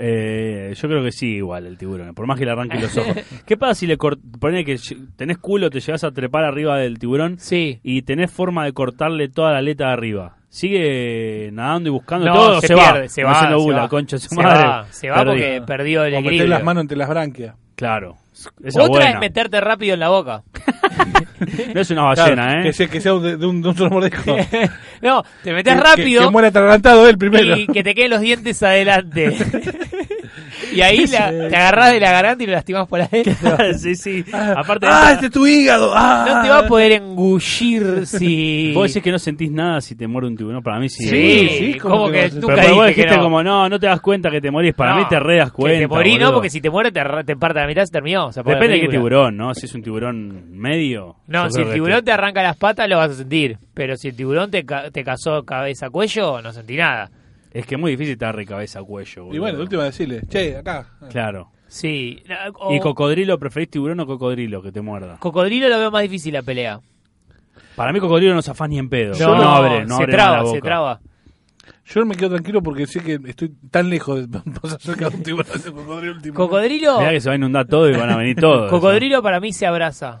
Speaker 3: Eh, yo creo que sí, igual el tiburón, por más que le arranque los
Speaker 1: (laughs)
Speaker 3: ojos. ¿Qué pasa si le cort- ponele que ll- tenés culo, te llegás a trepar arriba del tiburón
Speaker 1: Sí.
Speaker 3: y tenés forma de cortarle toda la aleta de arriba? Sigue nadando y buscando
Speaker 1: No,
Speaker 3: todo,
Speaker 1: se
Speaker 3: se, va,
Speaker 1: pierde, se
Speaker 3: Como
Speaker 1: va,
Speaker 3: haciendo
Speaker 1: se
Speaker 3: bula,
Speaker 1: va.
Speaker 3: concha de su
Speaker 1: Se
Speaker 3: madre.
Speaker 1: va, se va
Speaker 3: Perdí.
Speaker 1: porque perdió el
Speaker 2: O meter las
Speaker 1: equilibrio.
Speaker 2: manos entre las branquias.
Speaker 3: Claro. Esa
Speaker 1: Otra
Speaker 3: buena.
Speaker 1: es meterte rápido en la boca.
Speaker 3: No es una
Speaker 2: Claro,
Speaker 3: ballena, ¿eh?
Speaker 2: que, sea, que sea de, de un, de un
Speaker 3: (laughs)
Speaker 2: solo mordisco.
Speaker 1: (laughs) no, te
Speaker 2: Que-
Speaker 1: metes
Speaker 2: que-
Speaker 1: rápido
Speaker 2: Que, muera atarantado él primero. (laughs)
Speaker 1: y que te queden los dientes
Speaker 3: (laughs)
Speaker 1: adelante. y ahí la- te agarrás de la garanta y lo lastimás por adentro. (laughs)
Speaker 3: sí, sí. Aparte,
Speaker 2: ¡Ah, este es tu hígado! ¡Ah!
Speaker 1: No te va a poder engullir si...
Speaker 3: vos decís que no sentís nada si te muere un tiburón. Para mí sí.
Speaker 1: Sí,
Speaker 2: sí, ¿cómo
Speaker 1: como
Speaker 2: que
Speaker 1: que
Speaker 2: vas a-
Speaker 3: Pero,
Speaker 1: nunca
Speaker 3: pero vos
Speaker 1: dije que
Speaker 3: dijiste
Speaker 1: no.
Speaker 3: como, no, no te das cuenta que te morís. Para
Speaker 1: No,
Speaker 3: mí te re das cuenta.
Speaker 1: Que te morí,
Speaker 3: boludo.
Speaker 1: no, porque si te muere te, re- te parte la mitad se terminó. o sea, por la
Speaker 3: Depende de qué
Speaker 1: película.
Speaker 3: tiburón, ¿no? Si es un tiburón medio.
Speaker 1: No,
Speaker 3: yo
Speaker 1: si el
Speaker 3: creo que este-
Speaker 1: tiburón
Speaker 3: te-
Speaker 1: te arranca las patas lo vas a sentir. Pero si el tiburón te, ca- te cazó cabeza-cuello, no sentí nada.
Speaker 3: Es que es muy difícil te darle cabeza a cuello, boludo.
Speaker 2: Y bueno, de última decirle, che, acá.
Speaker 3: Claro.
Speaker 1: Sí. la- o-
Speaker 3: ¿Y cocodrilo? ¿Preferís tiburón o cocodrilo que te muerda?
Speaker 1: Cocodrilo lo veo más difícil la pelea.
Speaker 3: Para mí cocodrilo no zafás ni en pedo.
Speaker 1: No,
Speaker 3: no abre, no
Speaker 1: se
Speaker 3: abre más
Speaker 1: traba,
Speaker 3: la boca.
Speaker 1: se traba.
Speaker 2: Yo me quedo tranquilo porque sé que estoy tan lejos de (laughs) pasar cerca de un tiburón. ese cocodrilo, un tiburón.
Speaker 1: Cocodrilo,
Speaker 3: Mirá que se va a inundar todo y van a venir todos.
Speaker 1: (laughs) cocodrilo para mí se abraza.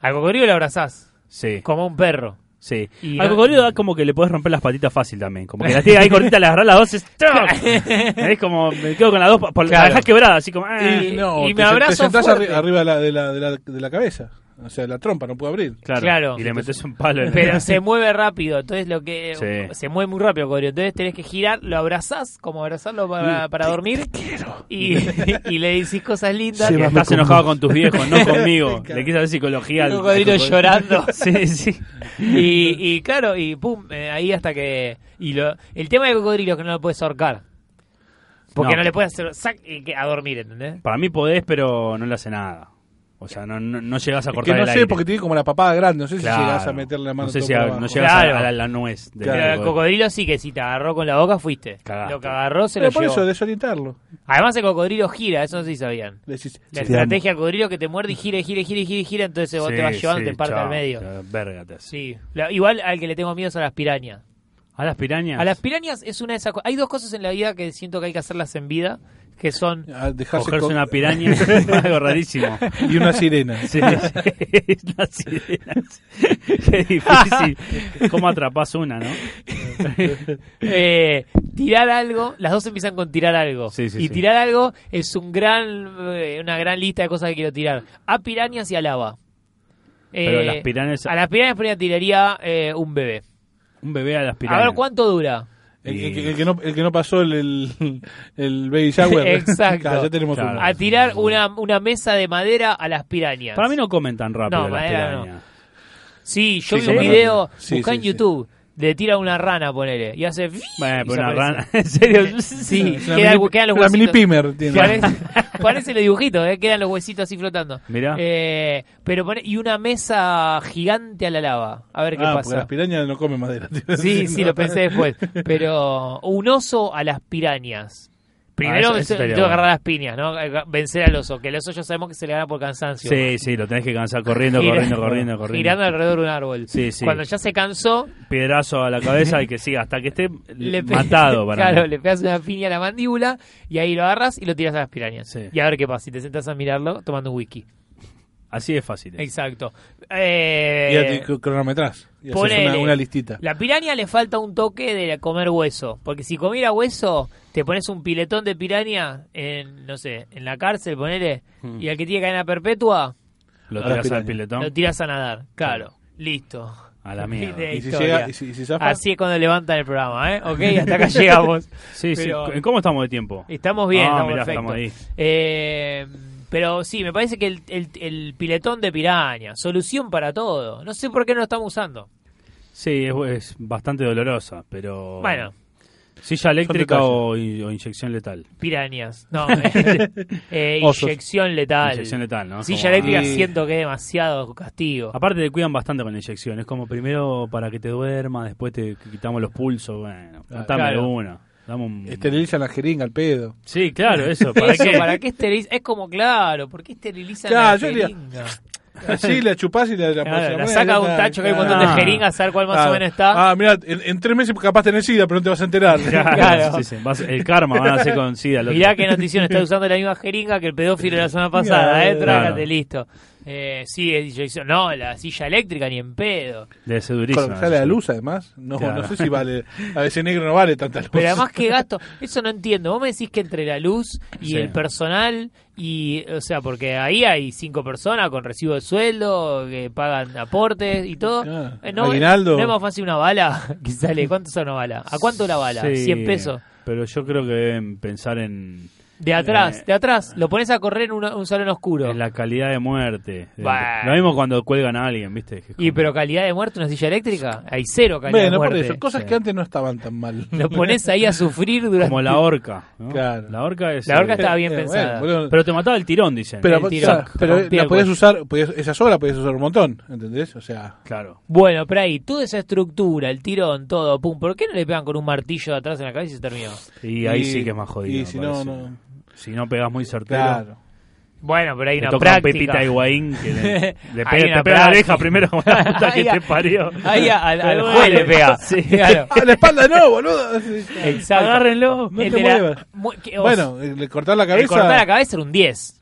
Speaker 1: Al cocodrilo lo abrazás,
Speaker 3: Sí.
Speaker 1: como un perro.
Speaker 3: Sí.
Speaker 1: Y
Speaker 3: Al
Speaker 1: no-
Speaker 3: cocodrilo da como que le podés romper las patitas fácil también. Como
Speaker 1: (laughs)
Speaker 3: que la tira ahí cortita, le agarrás las dos. ¡stoc! Es como, me quedo con las dos, pa- por,
Speaker 1: Claro.
Speaker 3: la dejás quebrada, así como. ah.
Speaker 2: Y, no,
Speaker 1: y me
Speaker 2: te, sen-
Speaker 1: abrazo
Speaker 2: te sentás
Speaker 1: fuerte.
Speaker 2: arri- arriba de la, de, la, de, la, de la cabeza. O sea, la trompa no puede abrir.
Speaker 3: Claro.
Speaker 1: Claro.
Speaker 3: Y le metes un palo en (laughs)
Speaker 1: Pero se mueve rápido, entonces lo que
Speaker 3: Sí.
Speaker 1: se mueve muy rápido, el cocodrilo. Entonces tenés que girar, lo abrazás, como abrazarlo para, para dormir. Y, (laughs) y le decís cosas lindas.
Speaker 3: Que
Speaker 1: Y
Speaker 3: estás enojado con tus viejos,
Speaker 2: (laughs)
Speaker 3: no conmigo. Le quise hacer psicología
Speaker 1: el
Speaker 3: al
Speaker 1: cocodrilo
Speaker 3: al
Speaker 1: llorando.
Speaker 3: (laughs) Sí, sí.
Speaker 1: Y, y claro, y pum, eh, ahí hasta que. Y lo, el tema del cocodrilo es que no lo puedes ahorcar. Porque no,
Speaker 3: No.
Speaker 1: le puedes hacer sac y que- a dormir, ¿entendés?
Speaker 3: Para mí podés, pero no le hace nada. O sea, no, no, no llegás a
Speaker 2: Que
Speaker 3: cortar
Speaker 2: no
Speaker 3: el
Speaker 2: sé,
Speaker 3: aire.
Speaker 2: porque tiene como la papada grande. No sé
Speaker 3: Claro.
Speaker 2: si llegas a meterle la mano.
Speaker 3: No sé
Speaker 2: todo
Speaker 3: si
Speaker 2: por
Speaker 3: a-
Speaker 2: abajo.
Speaker 3: no llegas a-
Speaker 1: Claro.
Speaker 3: a, la, la nuez. del
Speaker 2: Claro.
Speaker 1: Pero el
Speaker 3: cocodrilo.
Speaker 1: cocodrilo sí que si te agarró con la boca fuiste.
Speaker 3: Cagaste.
Speaker 1: Lo que agarró se
Speaker 2: Pero
Speaker 1: lo
Speaker 2: por
Speaker 1: llevó.
Speaker 2: eso, desorientarlo.
Speaker 1: Además el cocodrilo gira, eso no sé si sabían.
Speaker 2: Le
Speaker 1: La
Speaker 2: decís, "Te amo".
Speaker 1: estrategia del cocodrilo es que te muerde y gira, y gira, y gira, y gira, y gira, entonces vos
Speaker 3: Sí,
Speaker 1: te vas llevando
Speaker 3: sí,
Speaker 1: te parte
Speaker 3: chao.
Speaker 1: al medio.
Speaker 3: Eh, Vérgate. así.
Speaker 1: Sí. La- igual al que le tengo miedo es a las pirañas.
Speaker 3: ¿A las pirañas?
Speaker 1: A las pirañas es una de esas co- Hay dos cosas en la vida que siento que hay que hacerlas en vida, que son...
Speaker 2: A dejarse
Speaker 3: Cogerse
Speaker 2: co-
Speaker 3: una (laughs) piraña es algo rarísimo.
Speaker 2: (laughs) y una sirena.
Speaker 3: Sí, sí, las sirenas. Qué difícil. ¿Cómo atrapás una, no?
Speaker 1: eh, tirar algo, las dos empiezan con tirar algo.
Speaker 3: Sí, sí,
Speaker 1: y
Speaker 3: sí.
Speaker 1: tirar algo es un gran, eh, una gran lista de cosas que quiero tirar. A pirañas y a lava.
Speaker 3: Pero
Speaker 1: Eh,
Speaker 3: las pirañas.
Speaker 1: A las pirañas primero tiraría eh, un bebé.
Speaker 3: Un bebé a las pirañas.
Speaker 1: A ver cuánto dura.
Speaker 2: El,
Speaker 3: Y-
Speaker 2: el que- el que no, el que no pasó el, el, el baby
Speaker 1: (laughs)
Speaker 2: shower.
Speaker 1: Exacto.
Speaker 2: Claro, ya tenemos
Speaker 3: Claro.
Speaker 2: uno.
Speaker 1: A tirar una, una mesa de madera a las pirañas.
Speaker 3: Ah, Para mí no comen tan rápido
Speaker 1: No,
Speaker 3: las
Speaker 1: madera no.
Speaker 3: pirañas.
Speaker 1: Sí, yo
Speaker 2: Sí,
Speaker 1: vi un
Speaker 2: come
Speaker 1: video,
Speaker 2: rápido. Sí,
Speaker 1: buscá
Speaker 2: sí,
Speaker 1: en
Speaker 2: sí.
Speaker 1: YouTube, le tira una rana, ponele, y hace...
Speaker 3: Bueno,
Speaker 1: y
Speaker 3: pero una
Speaker 1: desaparece.
Speaker 3: (laughs) rana.
Speaker 1: (laughs)
Speaker 3: En serio.
Speaker 1: Sí,
Speaker 2: Es una
Speaker 1: queda,
Speaker 2: mini-
Speaker 1: quedan los
Speaker 2: una mini
Speaker 1: huesitos.
Speaker 2: pimer tiene. Ah,
Speaker 1: Parece, (laughs) parece los dibujitos, eh, quedan los huesitos así flotando.
Speaker 3: Mirá.
Speaker 1: Eh, pero pone- y una mesa gigante a la lava. A ver qué
Speaker 2: Ah, porque
Speaker 1: pasa.
Speaker 2: las pirañas no comen madera. te iba a
Speaker 1: Sí,
Speaker 3: (laughs)
Speaker 2: decir,
Speaker 1: sí,
Speaker 2: ¿no?
Speaker 1: lo pensé después. Pero un oso a las pirañas. Primero
Speaker 3: Ah, eso- eso
Speaker 1: tengo
Speaker 3: estaría
Speaker 1: que agarrar
Speaker 3: bueno.
Speaker 1: las piñas, ¿no? Eh, Vencer al oso, que el oso ya sabemos que se le gana por cansancio.
Speaker 3: Sí, sí, lo tenés que cansar corriendo,
Speaker 1: Gira- (laughs)
Speaker 3: corriendo, corriendo, corriendo.
Speaker 1: Girando alrededor de un árbol.
Speaker 3: Sí, sí.
Speaker 1: Cuando ya se cansó,
Speaker 3: Piedrazo a la cabeza y que siga hasta que esté
Speaker 1: le pe- (laughs)
Speaker 3: matado para
Speaker 1: claro,
Speaker 3: mí.
Speaker 1: le pegas una piña a la mandíbula y ahí lo agarras y lo tiras a las pirañas.
Speaker 3: Sí.
Speaker 1: Y a ver qué pasa, si te sentas a mirarlo tomando un whisky.
Speaker 3: Así de fácil.
Speaker 1: Exacto.
Speaker 2: (laughs) Y ya te
Speaker 1: Eh,
Speaker 2: cr- cronometrás. Y haces
Speaker 1: ponele,
Speaker 2: una, una listita.
Speaker 1: La piraña le falta un toque de comer hueso. Porque si comiera hueso, te pones un piletón de piraña en, no sé, en la cárcel, ponele,
Speaker 2: Hmm.
Speaker 1: y al que tiene cadena perpetua,
Speaker 3: Lo
Speaker 2: A las
Speaker 3: tiras al
Speaker 2: pirañas.
Speaker 3: piletón.
Speaker 1: lo tiras a nadar. Claro. (laughs) Listo.
Speaker 3: A la mierda.
Speaker 1: Fin de
Speaker 2: Y si
Speaker 1: historia.
Speaker 2: llega- y si- y si zafa.
Speaker 1: Así es cuando levantan el programa, ¿eh? Ok, hasta
Speaker 2: (laughs)
Speaker 1: acá llegamos.
Speaker 3: Sí,
Speaker 1: Pero-
Speaker 3: sí. ¿Cómo estamos de tiempo?
Speaker 1: Estamos bien,
Speaker 3: Ah,
Speaker 1: estamos
Speaker 3: mirá,
Speaker 1: perfecto.
Speaker 3: estamos
Speaker 1: Eh, pero sí, me parece que el, el- el piletón de piraña, solución para todo. No sé por qué no lo estamos usando.
Speaker 3: Sí, es, es bastante dolorosa, pero...
Speaker 1: Bueno,
Speaker 3: Silla eléctrica
Speaker 2: detalles.
Speaker 3: o, in- o inyección letal.
Speaker 1: pirañas. No, eh, eh,
Speaker 2: Osos.
Speaker 1: inyección letal.
Speaker 3: Inyección letal, ¿no?
Speaker 1: Silla
Speaker 3: Como- Ah,
Speaker 1: eléctrica
Speaker 2: ah.
Speaker 1: siento que es demasiado castigo.
Speaker 3: Aparte te cuidan bastante con la inyección. Es como primero para que te duerma, después te quitamos los pulsos. Bueno, contame
Speaker 1: claro.
Speaker 3: alguna. Dame un...
Speaker 2: Esterilizan la jeringa al pedo.
Speaker 3: Sí, claro, eso. ¿Para
Speaker 1: ¿Para, eso,
Speaker 3: qué? (laughs)
Speaker 1: ¿Para qué esterilizan? Es como, claro, ¿por qué esterilizan
Speaker 2: Claro,
Speaker 1: la
Speaker 2: yo diría-
Speaker 1: jeringa?
Speaker 2: Así la chupás y la, la,
Speaker 1: Claro,
Speaker 2: la
Speaker 1: la
Speaker 2: ponés,
Speaker 1: saca
Speaker 2: ya
Speaker 1: un
Speaker 2: está,
Speaker 1: tacho que hay un
Speaker 2: claro.
Speaker 1: montón de
Speaker 3: Ah.
Speaker 1: jeringas, saber cuál más
Speaker 2: Claro.
Speaker 1: o menos está.
Speaker 2: Ah, mirá, en, en tres meses capaz tenés sida, pero no te vas a enterar. (laughs)
Speaker 1: Claro.
Speaker 3: Sí, sí, vas- el karma van a hacer con SIDA. loco.
Speaker 1: Mirá
Speaker 3: (laughs)
Speaker 1: qué notición está usando la misma jeringa que el pedófilo la semana pasada, ¿eh?
Speaker 2: Claro.
Speaker 1: Trágate, listo. Eh, sí, es dicho, no, la silla eléctrica ni en pedo.
Speaker 3: Debe ser durísimo.
Speaker 2: Cuando sale la luz, además. No,
Speaker 3: Claro.
Speaker 2: no sé si vale. A veces negro no vale tanta luz.
Speaker 1: Pero además qué gasto, eso no entiendo. Vos me decís que entre la luz y
Speaker 3: Sí.
Speaker 1: el personal y o sea, porque ahí hay cinco personas con recibo de sueldo, que pagan aportes y todo.
Speaker 2: Claro.
Speaker 1: Eh, no,
Speaker 2: Ah, Aguinaldo.
Speaker 1: no es más fácil una bala (laughs) que sale, ¿cuánto sale una bala? ¿A cuánto la bala?
Speaker 3: Sí,
Speaker 1: 100 pesos.
Speaker 3: Pero yo creo que deben pensar en,
Speaker 1: De atrás,
Speaker 3: Eh.
Speaker 1: de atrás, lo pones a correr en un, un salón oscuro.
Speaker 3: en la calidad de muerte.
Speaker 1: Bah.
Speaker 3: Lo mismo cuando cuelgan a alguien, ¿viste? Que es
Speaker 1: Y
Speaker 3: como-
Speaker 1: pero calidad de muerte una silla eléctrica, hay cero calidad
Speaker 2: bueno,
Speaker 1: de
Speaker 2: por
Speaker 1: muerte.
Speaker 2: eso. Cosas
Speaker 3: Sí.
Speaker 2: que antes no estaban tan
Speaker 3: (laughs)
Speaker 2: mal.
Speaker 1: Lo pones ahí a sufrir durante (laughs)
Speaker 3: Como la horca. ¿no?
Speaker 2: Claro.
Speaker 3: La horca es.
Speaker 1: La horca
Speaker 3: eh,
Speaker 1: estaba bien
Speaker 2: Eh,
Speaker 1: pensada.
Speaker 2: bueno, boludo.
Speaker 3: Pero te mataba el tirón, dicen. ¿eh?
Speaker 2: Pero,
Speaker 1: el
Speaker 2: o
Speaker 1: tiro.
Speaker 2: sea, pero
Speaker 1: Rompía
Speaker 2: la
Speaker 1: el
Speaker 2: podías
Speaker 1: cuello.
Speaker 2: usar, podías, esa sola la podías usar un montón, ¿entendés? O sea,
Speaker 3: Claro.
Speaker 1: Bueno, pero ahí, toda esa estructura, el tirón, todo, pum, ¿por qué no le pegan con un martillo de atrás en la cabeza y se terminó?
Speaker 3: Y ahí
Speaker 2: Y-
Speaker 3: sí que es más jodido.
Speaker 2: y
Speaker 3: me
Speaker 2: si no,
Speaker 3: parece.
Speaker 2: no.
Speaker 3: Si no pegas muy certero.
Speaker 2: claro.
Speaker 1: Bueno, pero hay
Speaker 3: Te
Speaker 1: una
Speaker 3: toca
Speaker 1: práctica.
Speaker 3: un
Speaker 1: (laughs)
Speaker 3: Pepita Higuaín que le, le
Speaker 1: Hay
Speaker 3: pega, te
Speaker 1: una
Speaker 3: pega la
Speaker 1: práctica.
Speaker 3: oreja
Speaker 1: (laughs)
Speaker 3: primero (laughs) como la puta que
Speaker 1: Ahí a-
Speaker 3: te parió.
Speaker 1: Ahí a- al,
Speaker 3: Te
Speaker 1: al
Speaker 3: (laughs) duele.
Speaker 1: juez le pega. (laughs)
Speaker 3: Sí.
Speaker 1: Claro,
Speaker 2: ¡A Ah, la espalda
Speaker 3: (laughs)
Speaker 2: no, boludo!
Speaker 1: exacto.
Speaker 3: Agárrenlo.
Speaker 2: No
Speaker 1: El
Speaker 2: te
Speaker 1: de la-
Speaker 2: muevas.
Speaker 1: mu-
Speaker 3: Eh,
Speaker 1: que- o-
Speaker 2: Bueno, el cortar la
Speaker 1: el
Speaker 2: cabeza.
Speaker 1: cortar la cabeza era un 10.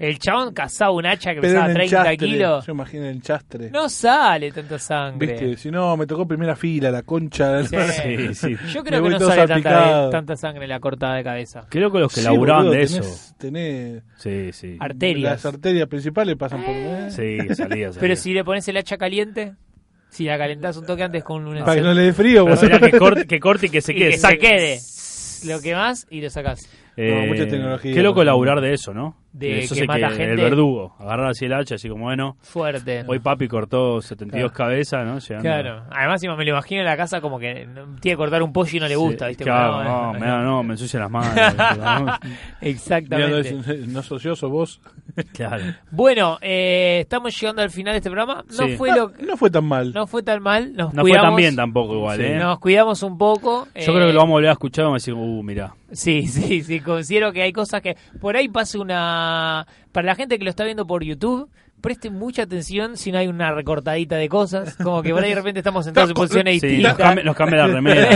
Speaker 1: El chabón cazaba un hacha que
Speaker 2: pero en
Speaker 1: pesaba
Speaker 2: el
Speaker 1: 30
Speaker 2: chastre,
Speaker 1: kilos.
Speaker 2: Yo imagino el chastre.
Speaker 1: No sale tanta sangre.
Speaker 2: ¿Viste? Si no, me tocó primera fila, la concha.
Speaker 1: Sí.
Speaker 3: Sí, sí.
Speaker 1: Yo
Speaker 2: Me
Speaker 1: creo que
Speaker 2: voy
Speaker 1: no
Speaker 2: todo
Speaker 1: sale
Speaker 2: salpicado.
Speaker 1: tanta, tanta sangre en la cortada de cabeza.
Speaker 3: Creo que los que
Speaker 2: (laughs) Sí,
Speaker 3: laburaban
Speaker 2: boludo,
Speaker 3: de
Speaker 2: tenés-
Speaker 3: eso.
Speaker 2: Tenés,
Speaker 3: Sí, sí.
Speaker 1: Arterias.
Speaker 2: Las arterias principales pasan por. eh,
Speaker 3: Sí, salía, salía.
Speaker 1: Pero si le pones el hacha caliente, si la calentás un toque antes con un
Speaker 2: Para que no
Speaker 1: encendedor,
Speaker 2: le dé frío,
Speaker 3: Pero
Speaker 2: boludo.
Speaker 3: será
Speaker 2: (laughs)
Speaker 3: que corte, que corte y que se
Speaker 1: y
Speaker 3: quede.
Speaker 1: que
Speaker 3: sac.
Speaker 1: se quede. Lo que más y lo sacás.
Speaker 3: Eh,
Speaker 2: mucha tecnología.
Speaker 3: Qué loco laburar de eso, ¿no?
Speaker 1: De
Speaker 3: eso
Speaker 1: que
Speaker 3: sé
Speaker 1: mata
Speaker 3: El
Speaker 1: gente.
Speaker 3: verdugo. Agarrar así el hacha, así como, bueno,
Speaker 1: Fuerte.
Speaker 3: hoy papi cortó 72 cabezas, ¿no? Llegando-
Speaker 1: Claro. Además, si me lo imagino en la casa como que no- tiene que cortar un pollo y no le
Speaker 3: Sí,
Speaker 1: gusta, ¿viste?
Speaker 3: claro,
Speaker 1: Como,
Speaker 3: no,
Speaker 1: no,
Speaker 3: me, da- no, me ensucian las manos.
Speaker 2: Mirá, no,
Speaker 1: (laughs) Exactamente.
Speaker 2: es- no es ocioso vos.
Speaker 3: claro.
Speaker 1: Bueno, eh, estamos llegando al final de este programa. No
Speaker 3: Sí.
Speaker 1: fue lo
Speaker 2: No fue tan mal.
Speaker 1: no fue tan mal. Nos
Speaker 3: No fue
Speaker 1: cuidamos.
Speaker 3: tan bien tampoco igual,
Speaker 1: Sí,
Speaker 3: ¿eh?
Speaker 1: Nos cuidamos un poco.
Speaker 3: Yo creo que
Speaker 1: eh,
Speaker 3: lo vamos a volver a escuchar y vamos a decir, uh, mirá.
Speaker 1: Sí, (laughs) sí, sí, considero que hay cosas que por ahí pasa una... Para la gente que lo está viendo por YouTube, presten mucha atención si no hay una recortadita de cosas, como que por ahí de repente
Speaker 3: (laughs)
Speaker 1: estamos sentados en posiciones
Speaker 3: Sí, nos,
Speaker 1: distintas.
Speaker 3: cambia, nos cambia la
Speaker 1: (laughs)
Speaker 3: remera.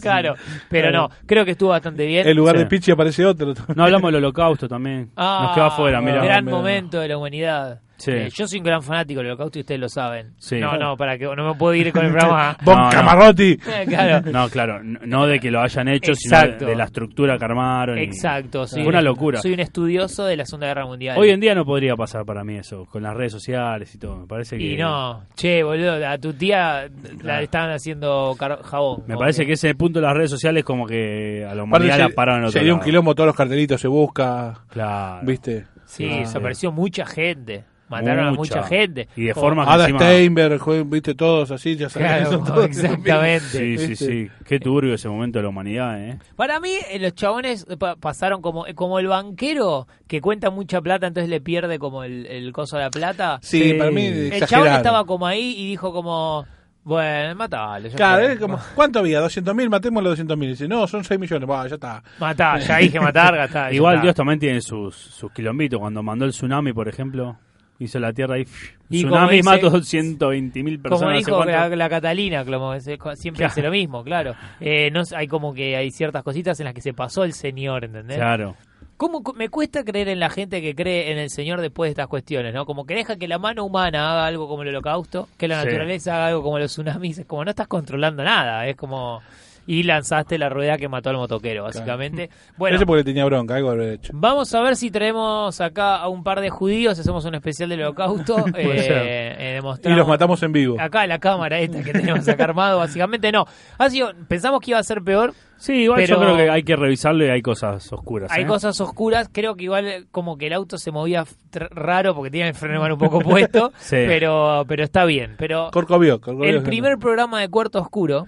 Speaker 1: claro, pero no, creo que estuvo bastante bien.
Speaker 2: En lugar
Speaker 3: Sí.
Speaker 2: de Pichi aparece otro.
Speaker 3: No hablamos
Speaker 2: (laughs)
Speaker 3: del holocausto también.
Speaker 1: Ah,
Speaker 3: nos queda afuera, mirá.
Speaker 1: Gran
Speaker 2: Mira.
Speaker 1: momento de la humanidad.
Speaker 3: Sí.
Speaker 1: Eh, yo soy un gran fanático del holocausto y ustedes lo saben.
Speaker 3: Sí.
Speaker 1: No, no, para que no me puedo ir con el
Speaker 3: (laughs)
Speaker 1: programa. (laughs)
Speaker 2: Bon
Speaker 3: No, no.
Speaker 2: Camarotti.
Speaker 1: Eh, claro.
Speaker 3: No, claro, n- no de que lo hayan hecho, sino
Speaker 1: Exacto.
Speaker 3: de, de la estructura que armaron. y-
Speaker 1: Exacto, sí.
Speaker 3: Fue una locura.
Speaker 1: Soy un estudioso de la Segunda Guerra Mundial.
Speaker 3: Hoy en día no podría pasar para mí eso, con las redes sociales y todo. Me parece que.
Speaker 1: Y no, che, boludo, a tu tía la
Speaker 3: Claro.
Speaker 1: estaban haciendo car- jabón.
Speaker 3: Me
Speaker 1: Como
Speaker 3: parece que ese punto de las redes sociales, como que a la
Speaker 2: Aparte,
Speaker 3: humanidad la
Speaker 2: se-
Speaker 3: pararon en otro
Speaker 2: sería un
Speaker 3: lado.
Speaker 2: quilombo, todos los cartelitos se busca.
Speaker 3: Claro.
Speaker 2: ¿Viste?
Speaker 1: Sí,
Speaker 3: Ah,
Speaker 1: desapareció mucha gente. Mataron
Speaker 3: Mucha.
Speaker 1: a mucha gente.
Speaker 3: Y de
Speaker 1: Como-
Speaker 3: forma-
Speaker 2: Ada
Speaker 3: encima-
Speaker 2: Steinberg, jue- viste, todos así, ya sabes.
Speaker 3: (laughs)
Speaker 1: Claro,
Speaker 2: son
Speaker 1: como- (laughs)
Speaker 2: todos-
Speaker 1: exactamente.
Speaker 3: Sí, sí, sí. Qué turbio ese momento de la humanidad, ¿eh?
Speaker 1: Para mí, eh, los chabones eh, pa- pasaron como, eh, como el banquero que cuenta mucha plata, entonces le pierde como el, el coso de la plata.
Speaker 2: Sí,
Speaker 3: Sí.
Speaker 2: para mí
Speaker 3: El
Speaker 1: El chabón
Speaker 2: exagerado.
Speaker 1: estaba como ahí y dijo como, bueno, matalo. ya
Speaker 2: Claro,
Speaker 1: fue".
Speaker 2: es como, ¿cuánto había? ¿200 mil? Matemos los 200 mil. Dice, no, son 6 millones. Bah, ya está.
Speaker 1: Matá, ya dije matar, gastá. ya
Speaker 3: Igual
Speaker 1: está.
Speaker 3: Dios también tiene sus, sus quilombitos. Cuando mandó el tsunami, por ejemplo, hizo la tierra ahí. pff,
Speaker 1: Y como
Speaker 3: tsunami
Speaker 1: dice-
Speaker 3: mató 120.000 personas.
Speaker 1: Como
Speaker 3: no sé
Speaker 1: dijo
Speaker 3: cuánto.
Speaker 1: la, la Catalina, como es- siempre
Speaker 3: Claro.
Speaker 1: dice lo mismo, claro. Eh, no, sé, hay como que hay ciertas cositas en las que se pasó el señor, ¿entendés?
Speaker 3: Claro.
Speaker 1: ¿Cómo cu- me cuesta creer en la gente que cree en el señor después de estas cuestiones, ¿no? Como que deja que la mano humana haga algo como el holocausto, que la
Speaker 3: Sí.
Speaker 1: naturaleza haga algo como los tsunamis, es como no estás controlando nada, es como... Y lanzaste la rueda que mató al motoquero, básicamente. Bueno,
Speaker 2: No sé por qué tenía bronca, algo habrá hecho.
Speaker 1: Vamos a ver si traemos acá a un par de judíos, hacemos un especial del
Speaker 3: (laughs)
Speaker 1: holocausto. eh,
Speaker 3: ser.
Speaker 1: eh,
Speaker 2: Y
Speaker 1: demostramos-
Speaker 2: los matamos en vivo.
Speaker 1: Acá la cámara esta que tenemos acá armado, básicamente no. Ha sido, pensamos que iba a ser peor.
Speaker 3: Sí, igual
Speaker 1: Pero-
Speaker 3: yo creo que hay que revisarlo y hay cosas oscuras.
Speaker 1: Hay
Speaker 3: ¿eh?
Speaker 1: cosas oscuras. Creo que igual eh, como que el auto se movía tr- raro porque tenía el freno de mano un poco puesto.
Speaker 3: (laughs) Sí.
Speaker 1: Pero pero está bien. Pero
Speaker 2: Corcovio, Corcovio.
Speaker 1: el primer programa de Cuarto Oscuro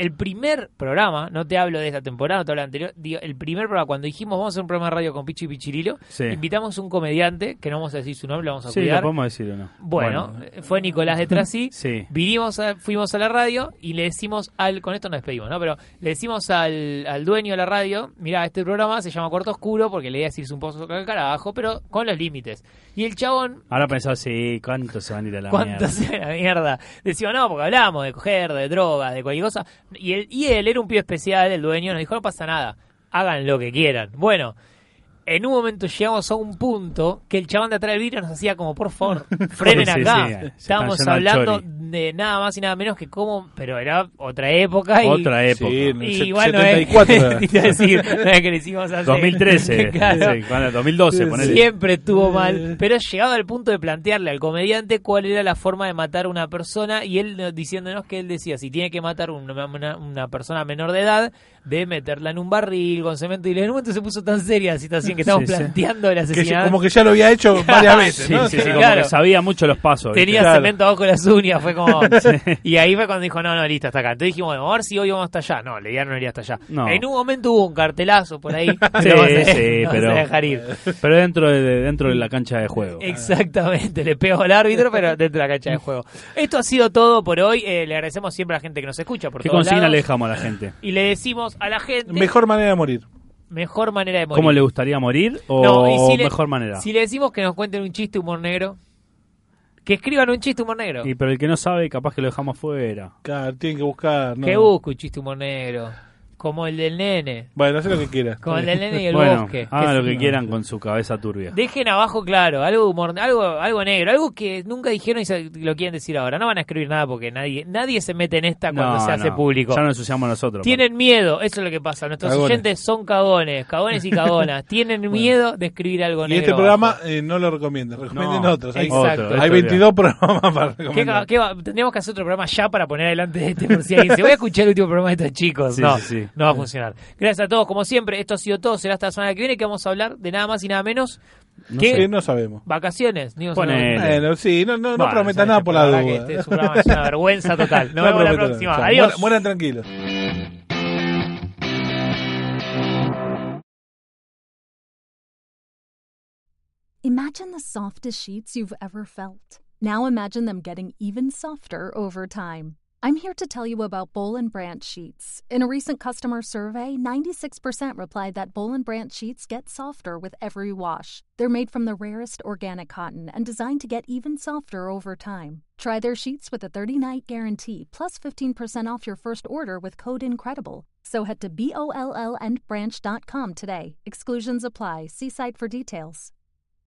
Speaker 1: el primer programa, no te hablo de esta temporada, no te hablo de la anterior, digo, el primer programa, cuando dijimos vamos a hacer un programa de radio con Pichi y Pichirilo,
Speaker 3: Sí.
Speaker 1: invitamos un comediante, que no vamos a decir su nombre, lo vamos a
Speaker 3: Sí, lo
Speaker 1: cuidar.
Speaker 3: podemos decir o no.
Speaker 1: Bueno, eh, fue Nicolás de Trasí.
Speaker 3: Sí.
Speaker 1: Vinimos a- fuimos a la radio y le decimos al. Con esto nos despedimos, ¿no? Pero le decimos al, al dueño de la radio: Mirá, este programa se llama Corto Oscuro porque le iba a decir un poco al carajo, pero con los límites. Y el chabón.
Speaker 3: Ahora pensás, sí, ¿cuántos se van a ir a la
Speaker 1: ¿Cuánto
Speaker 3: mierda?
Speaker 1: sea la mierda? Decimos, no, porque hablábamos de coger, de drogas, de cualquier cosa. Y él, y él era un pibe especial, el dueño, nos dijo, no pasa nada, hagan lo que quieran. Bueno, en un momento llegamos a un punto que el chabón de atrás del vidrio nos hacía como, por
Speaker 3: (laughs)
Speaker 1: favor, frenen
Speaker 3: Sí, sí,
Speaker 1: acá.
Speaker 3: sí, se
Speaker 1: Estábamos
Speaker 3: están yendo al
Speaker 1: hablando
Speaker 3: chori.
Speaker 1: de nada más y nada menos que cómo, pero era otra época. Y,
Speaker 3: Otra
Speaker 2: Sí,
Speaker 3: época.
Speaker 2: en el
Speaker 1: y eh.
Speaker 2: set-
Speaker 1: igual no es,
Speaker 2: 74 era.
Speaker 1: te iba a decir, no (laughs) es que le
Speaker 3: (laughs)
Speaker 1: hicimos hace- (laughs)
Speaker 3: 2013.
Speaker 1: Claro.
Speaker 3: sí, bueno, 2012, ponele. Eh.
Speaker 1: Siempre estuvo mal, pero llegaba al punto de plantearle al comediante cuál era la forma de matar a una persona y él eh, diciéndonos que él decía, si tiene que matar una, una- una persona menor de edad, de meterla en un barril con cemento y en un momento se puso tan seria la situación que estamos
Speaker 3: Sí, sí.
Speaker 1: planteando el
Speaker 2: Que ya-
Speaker 1: asesinato.
Speaker 2: como que ya lo había hecho varias veces,
Speaker 3: Sí,
Speaker 1: (laughs)
Speaker 2: ¿no?
Speaker 3: sí, sí, como
Speaker 1: Claro.
Speaker 3: que sabía mucho los pasos. ¿viste?
Speaker 1: Tenía
Speaker 2: Claro.
Speaker 1: cemento abajo de las uñas, fue
Speaker 3: (laughs)
Speaker 1: como... Y ahí fue cuando dijo, no, no, listo, hasta acá. Entonces dijimos, bueno, a ver si hoy vamos hasta allá. No, le dieron no iría hasta allá.
Speaker 3: No.
Speaker 1: En un momento hubo un cartelazo por ahí.
Speaker 3: (laughs) Sí,
Speaker 1: no se- (laughs)
Speaker 3: sí,
Speaker 1: no
Speaker 3: pero-
Speaker 1: se dejar ir.
Speaker 3: Pero dentro de, dentro de la cancha de juego.
Speaker 1: Eh, Exactamente, le pego al árbitro,
Speaker 3: (laughs)
Speaker 1: pero dentro de la cancha de juego. Esto ha sido todo por hoy. Eh, le agradecemos siempre a la gente que nos escucha. Por
Speaker 3: ¿Qué
Speaker 1: todos
Speaker 3: consigna
Speaker 1: lados.
Speaker 3: le dejamos a la gente?
Speaker 1: Y le decimos a la gente
Speaker 2: Mejor manera de morir.
Speaker 1: mejor manera de morir.
Speaker 3: ¿Cómo le gustaría morir o
Speaker 1: No, y si le-
Speaker 3: mejor manera?
Speaker 1: Si le decimos que nos cuenten un chiste humor negro, que escriban un chiste humor negro.
Speaker 3: Y pero el que no sabe, capaz que lo dejamos fuera.
Speaker 2: Claro, tienen que buscar. ¿no?
Speaker 1: Que busque un chiste humor negro. Como el del nene.
Speaker 2: Bueno, hacer lo que quieras.
Speaker 1: Como el del nene y el
Speaker 3: bueno,
Speaker 1: bosque.
Speaker 3: hagan
Speaker 1: sé
Speaker 3: lo que
Speaker 1: yo.
Speaker 3: quieran con su cabeza turbia.
Speaker 1: Dejen abajo, claro, algo de humor, algo, algo negro, algo que nunca dijeron y se- lo quieren decir ahora. No van a escribir nada porque nadie, nadie se mete en esta cuando
Speaker 3: No,
Speaker 1: se hace
Speaker 3: no,
Speaker 1: público.
Speaker 3: Ya nos ensuciamos nosotros.
Speaker 1: Tienen miedo, eso es lo que pasa. Nuestros
Speaker 2: Cagones.
Speaker 1: oyentes son cagones, cagones y
Speaker 3: (laughs)
Speaker 1: cagonas. Tienen miedo de escribir algo
Speaker 2: Y
Speaker 1: negro.
Speaker 2: este programa
Speaker 1: abajo.
Speaker 2: eh, no lo recomienden, recomienden
Speaker 3: No,
Speaker 2: otros. Hay,
Speaker 1: exacto.
Speaker 3: Otro,
Speaker 2: hay
Speaker 3: esto
Speaker 2: 22 programas para
Speaker 1: ¿Qué ca-
Speaker 2: recomendar.
Speaker 1: qué va- tendríamos que hacer otro programa ya para poner adelante de este por si alguien dice, voy a escuchar el último programa de estos chicos.
Speaker 3: Sí,
Speaker 1: no,
Speaker 3: sí, sí.
Speaker 1: no va a funcionar. Gracias a todos, como siempre, esto ha sido todo. Será hasta la semana que viene que vamos a hablar de nada más y nada menos
Speaker 3: No
Speaker 1: que
Speaker 2: Sí, no sabemos.
Speaker 1: vacaciones. Ni vamos a
Speaker 3: Ponele.
Speaker 1: hablar de-
Speaker 3: Dale.
Speaker 2: Bueno, sí, no, no, no
Speaker 3: Bueno,
Speaker 2: prometas
Speaker 3: sí,
Speaker 2: nada por la
Speaker 1: verdad
Speaker 2: duda. ¿eh?
Speaker 1: que este es
Speaker 2: (laughs)
Speaker 1: un programa, es una vergüenza total. Nos vemos la
Speaker 2: prometas nada.
Speaker 1: próxima.
Speaker 2: Chao.
Speaker 1: Adiós.
Speaker 2: Mueran- Mueran tranquilos.
Speaker 5: Imagine the softest sheets you've ever felt. Now imagine them getting even softer over time. I'm here to tell you about Bowl and Branch sheets. In a recent customer survey, 96% replied that Bowl and Branch sheets get softer with every wash. They're made from the rarest organic cotton and designed to get even softer over time. Try their sheets with a 30-night guarantee, plus 15% off your first order with code INCREDIBLE. So head to B O L L and branch.com today. Exclusions apply. See site for details.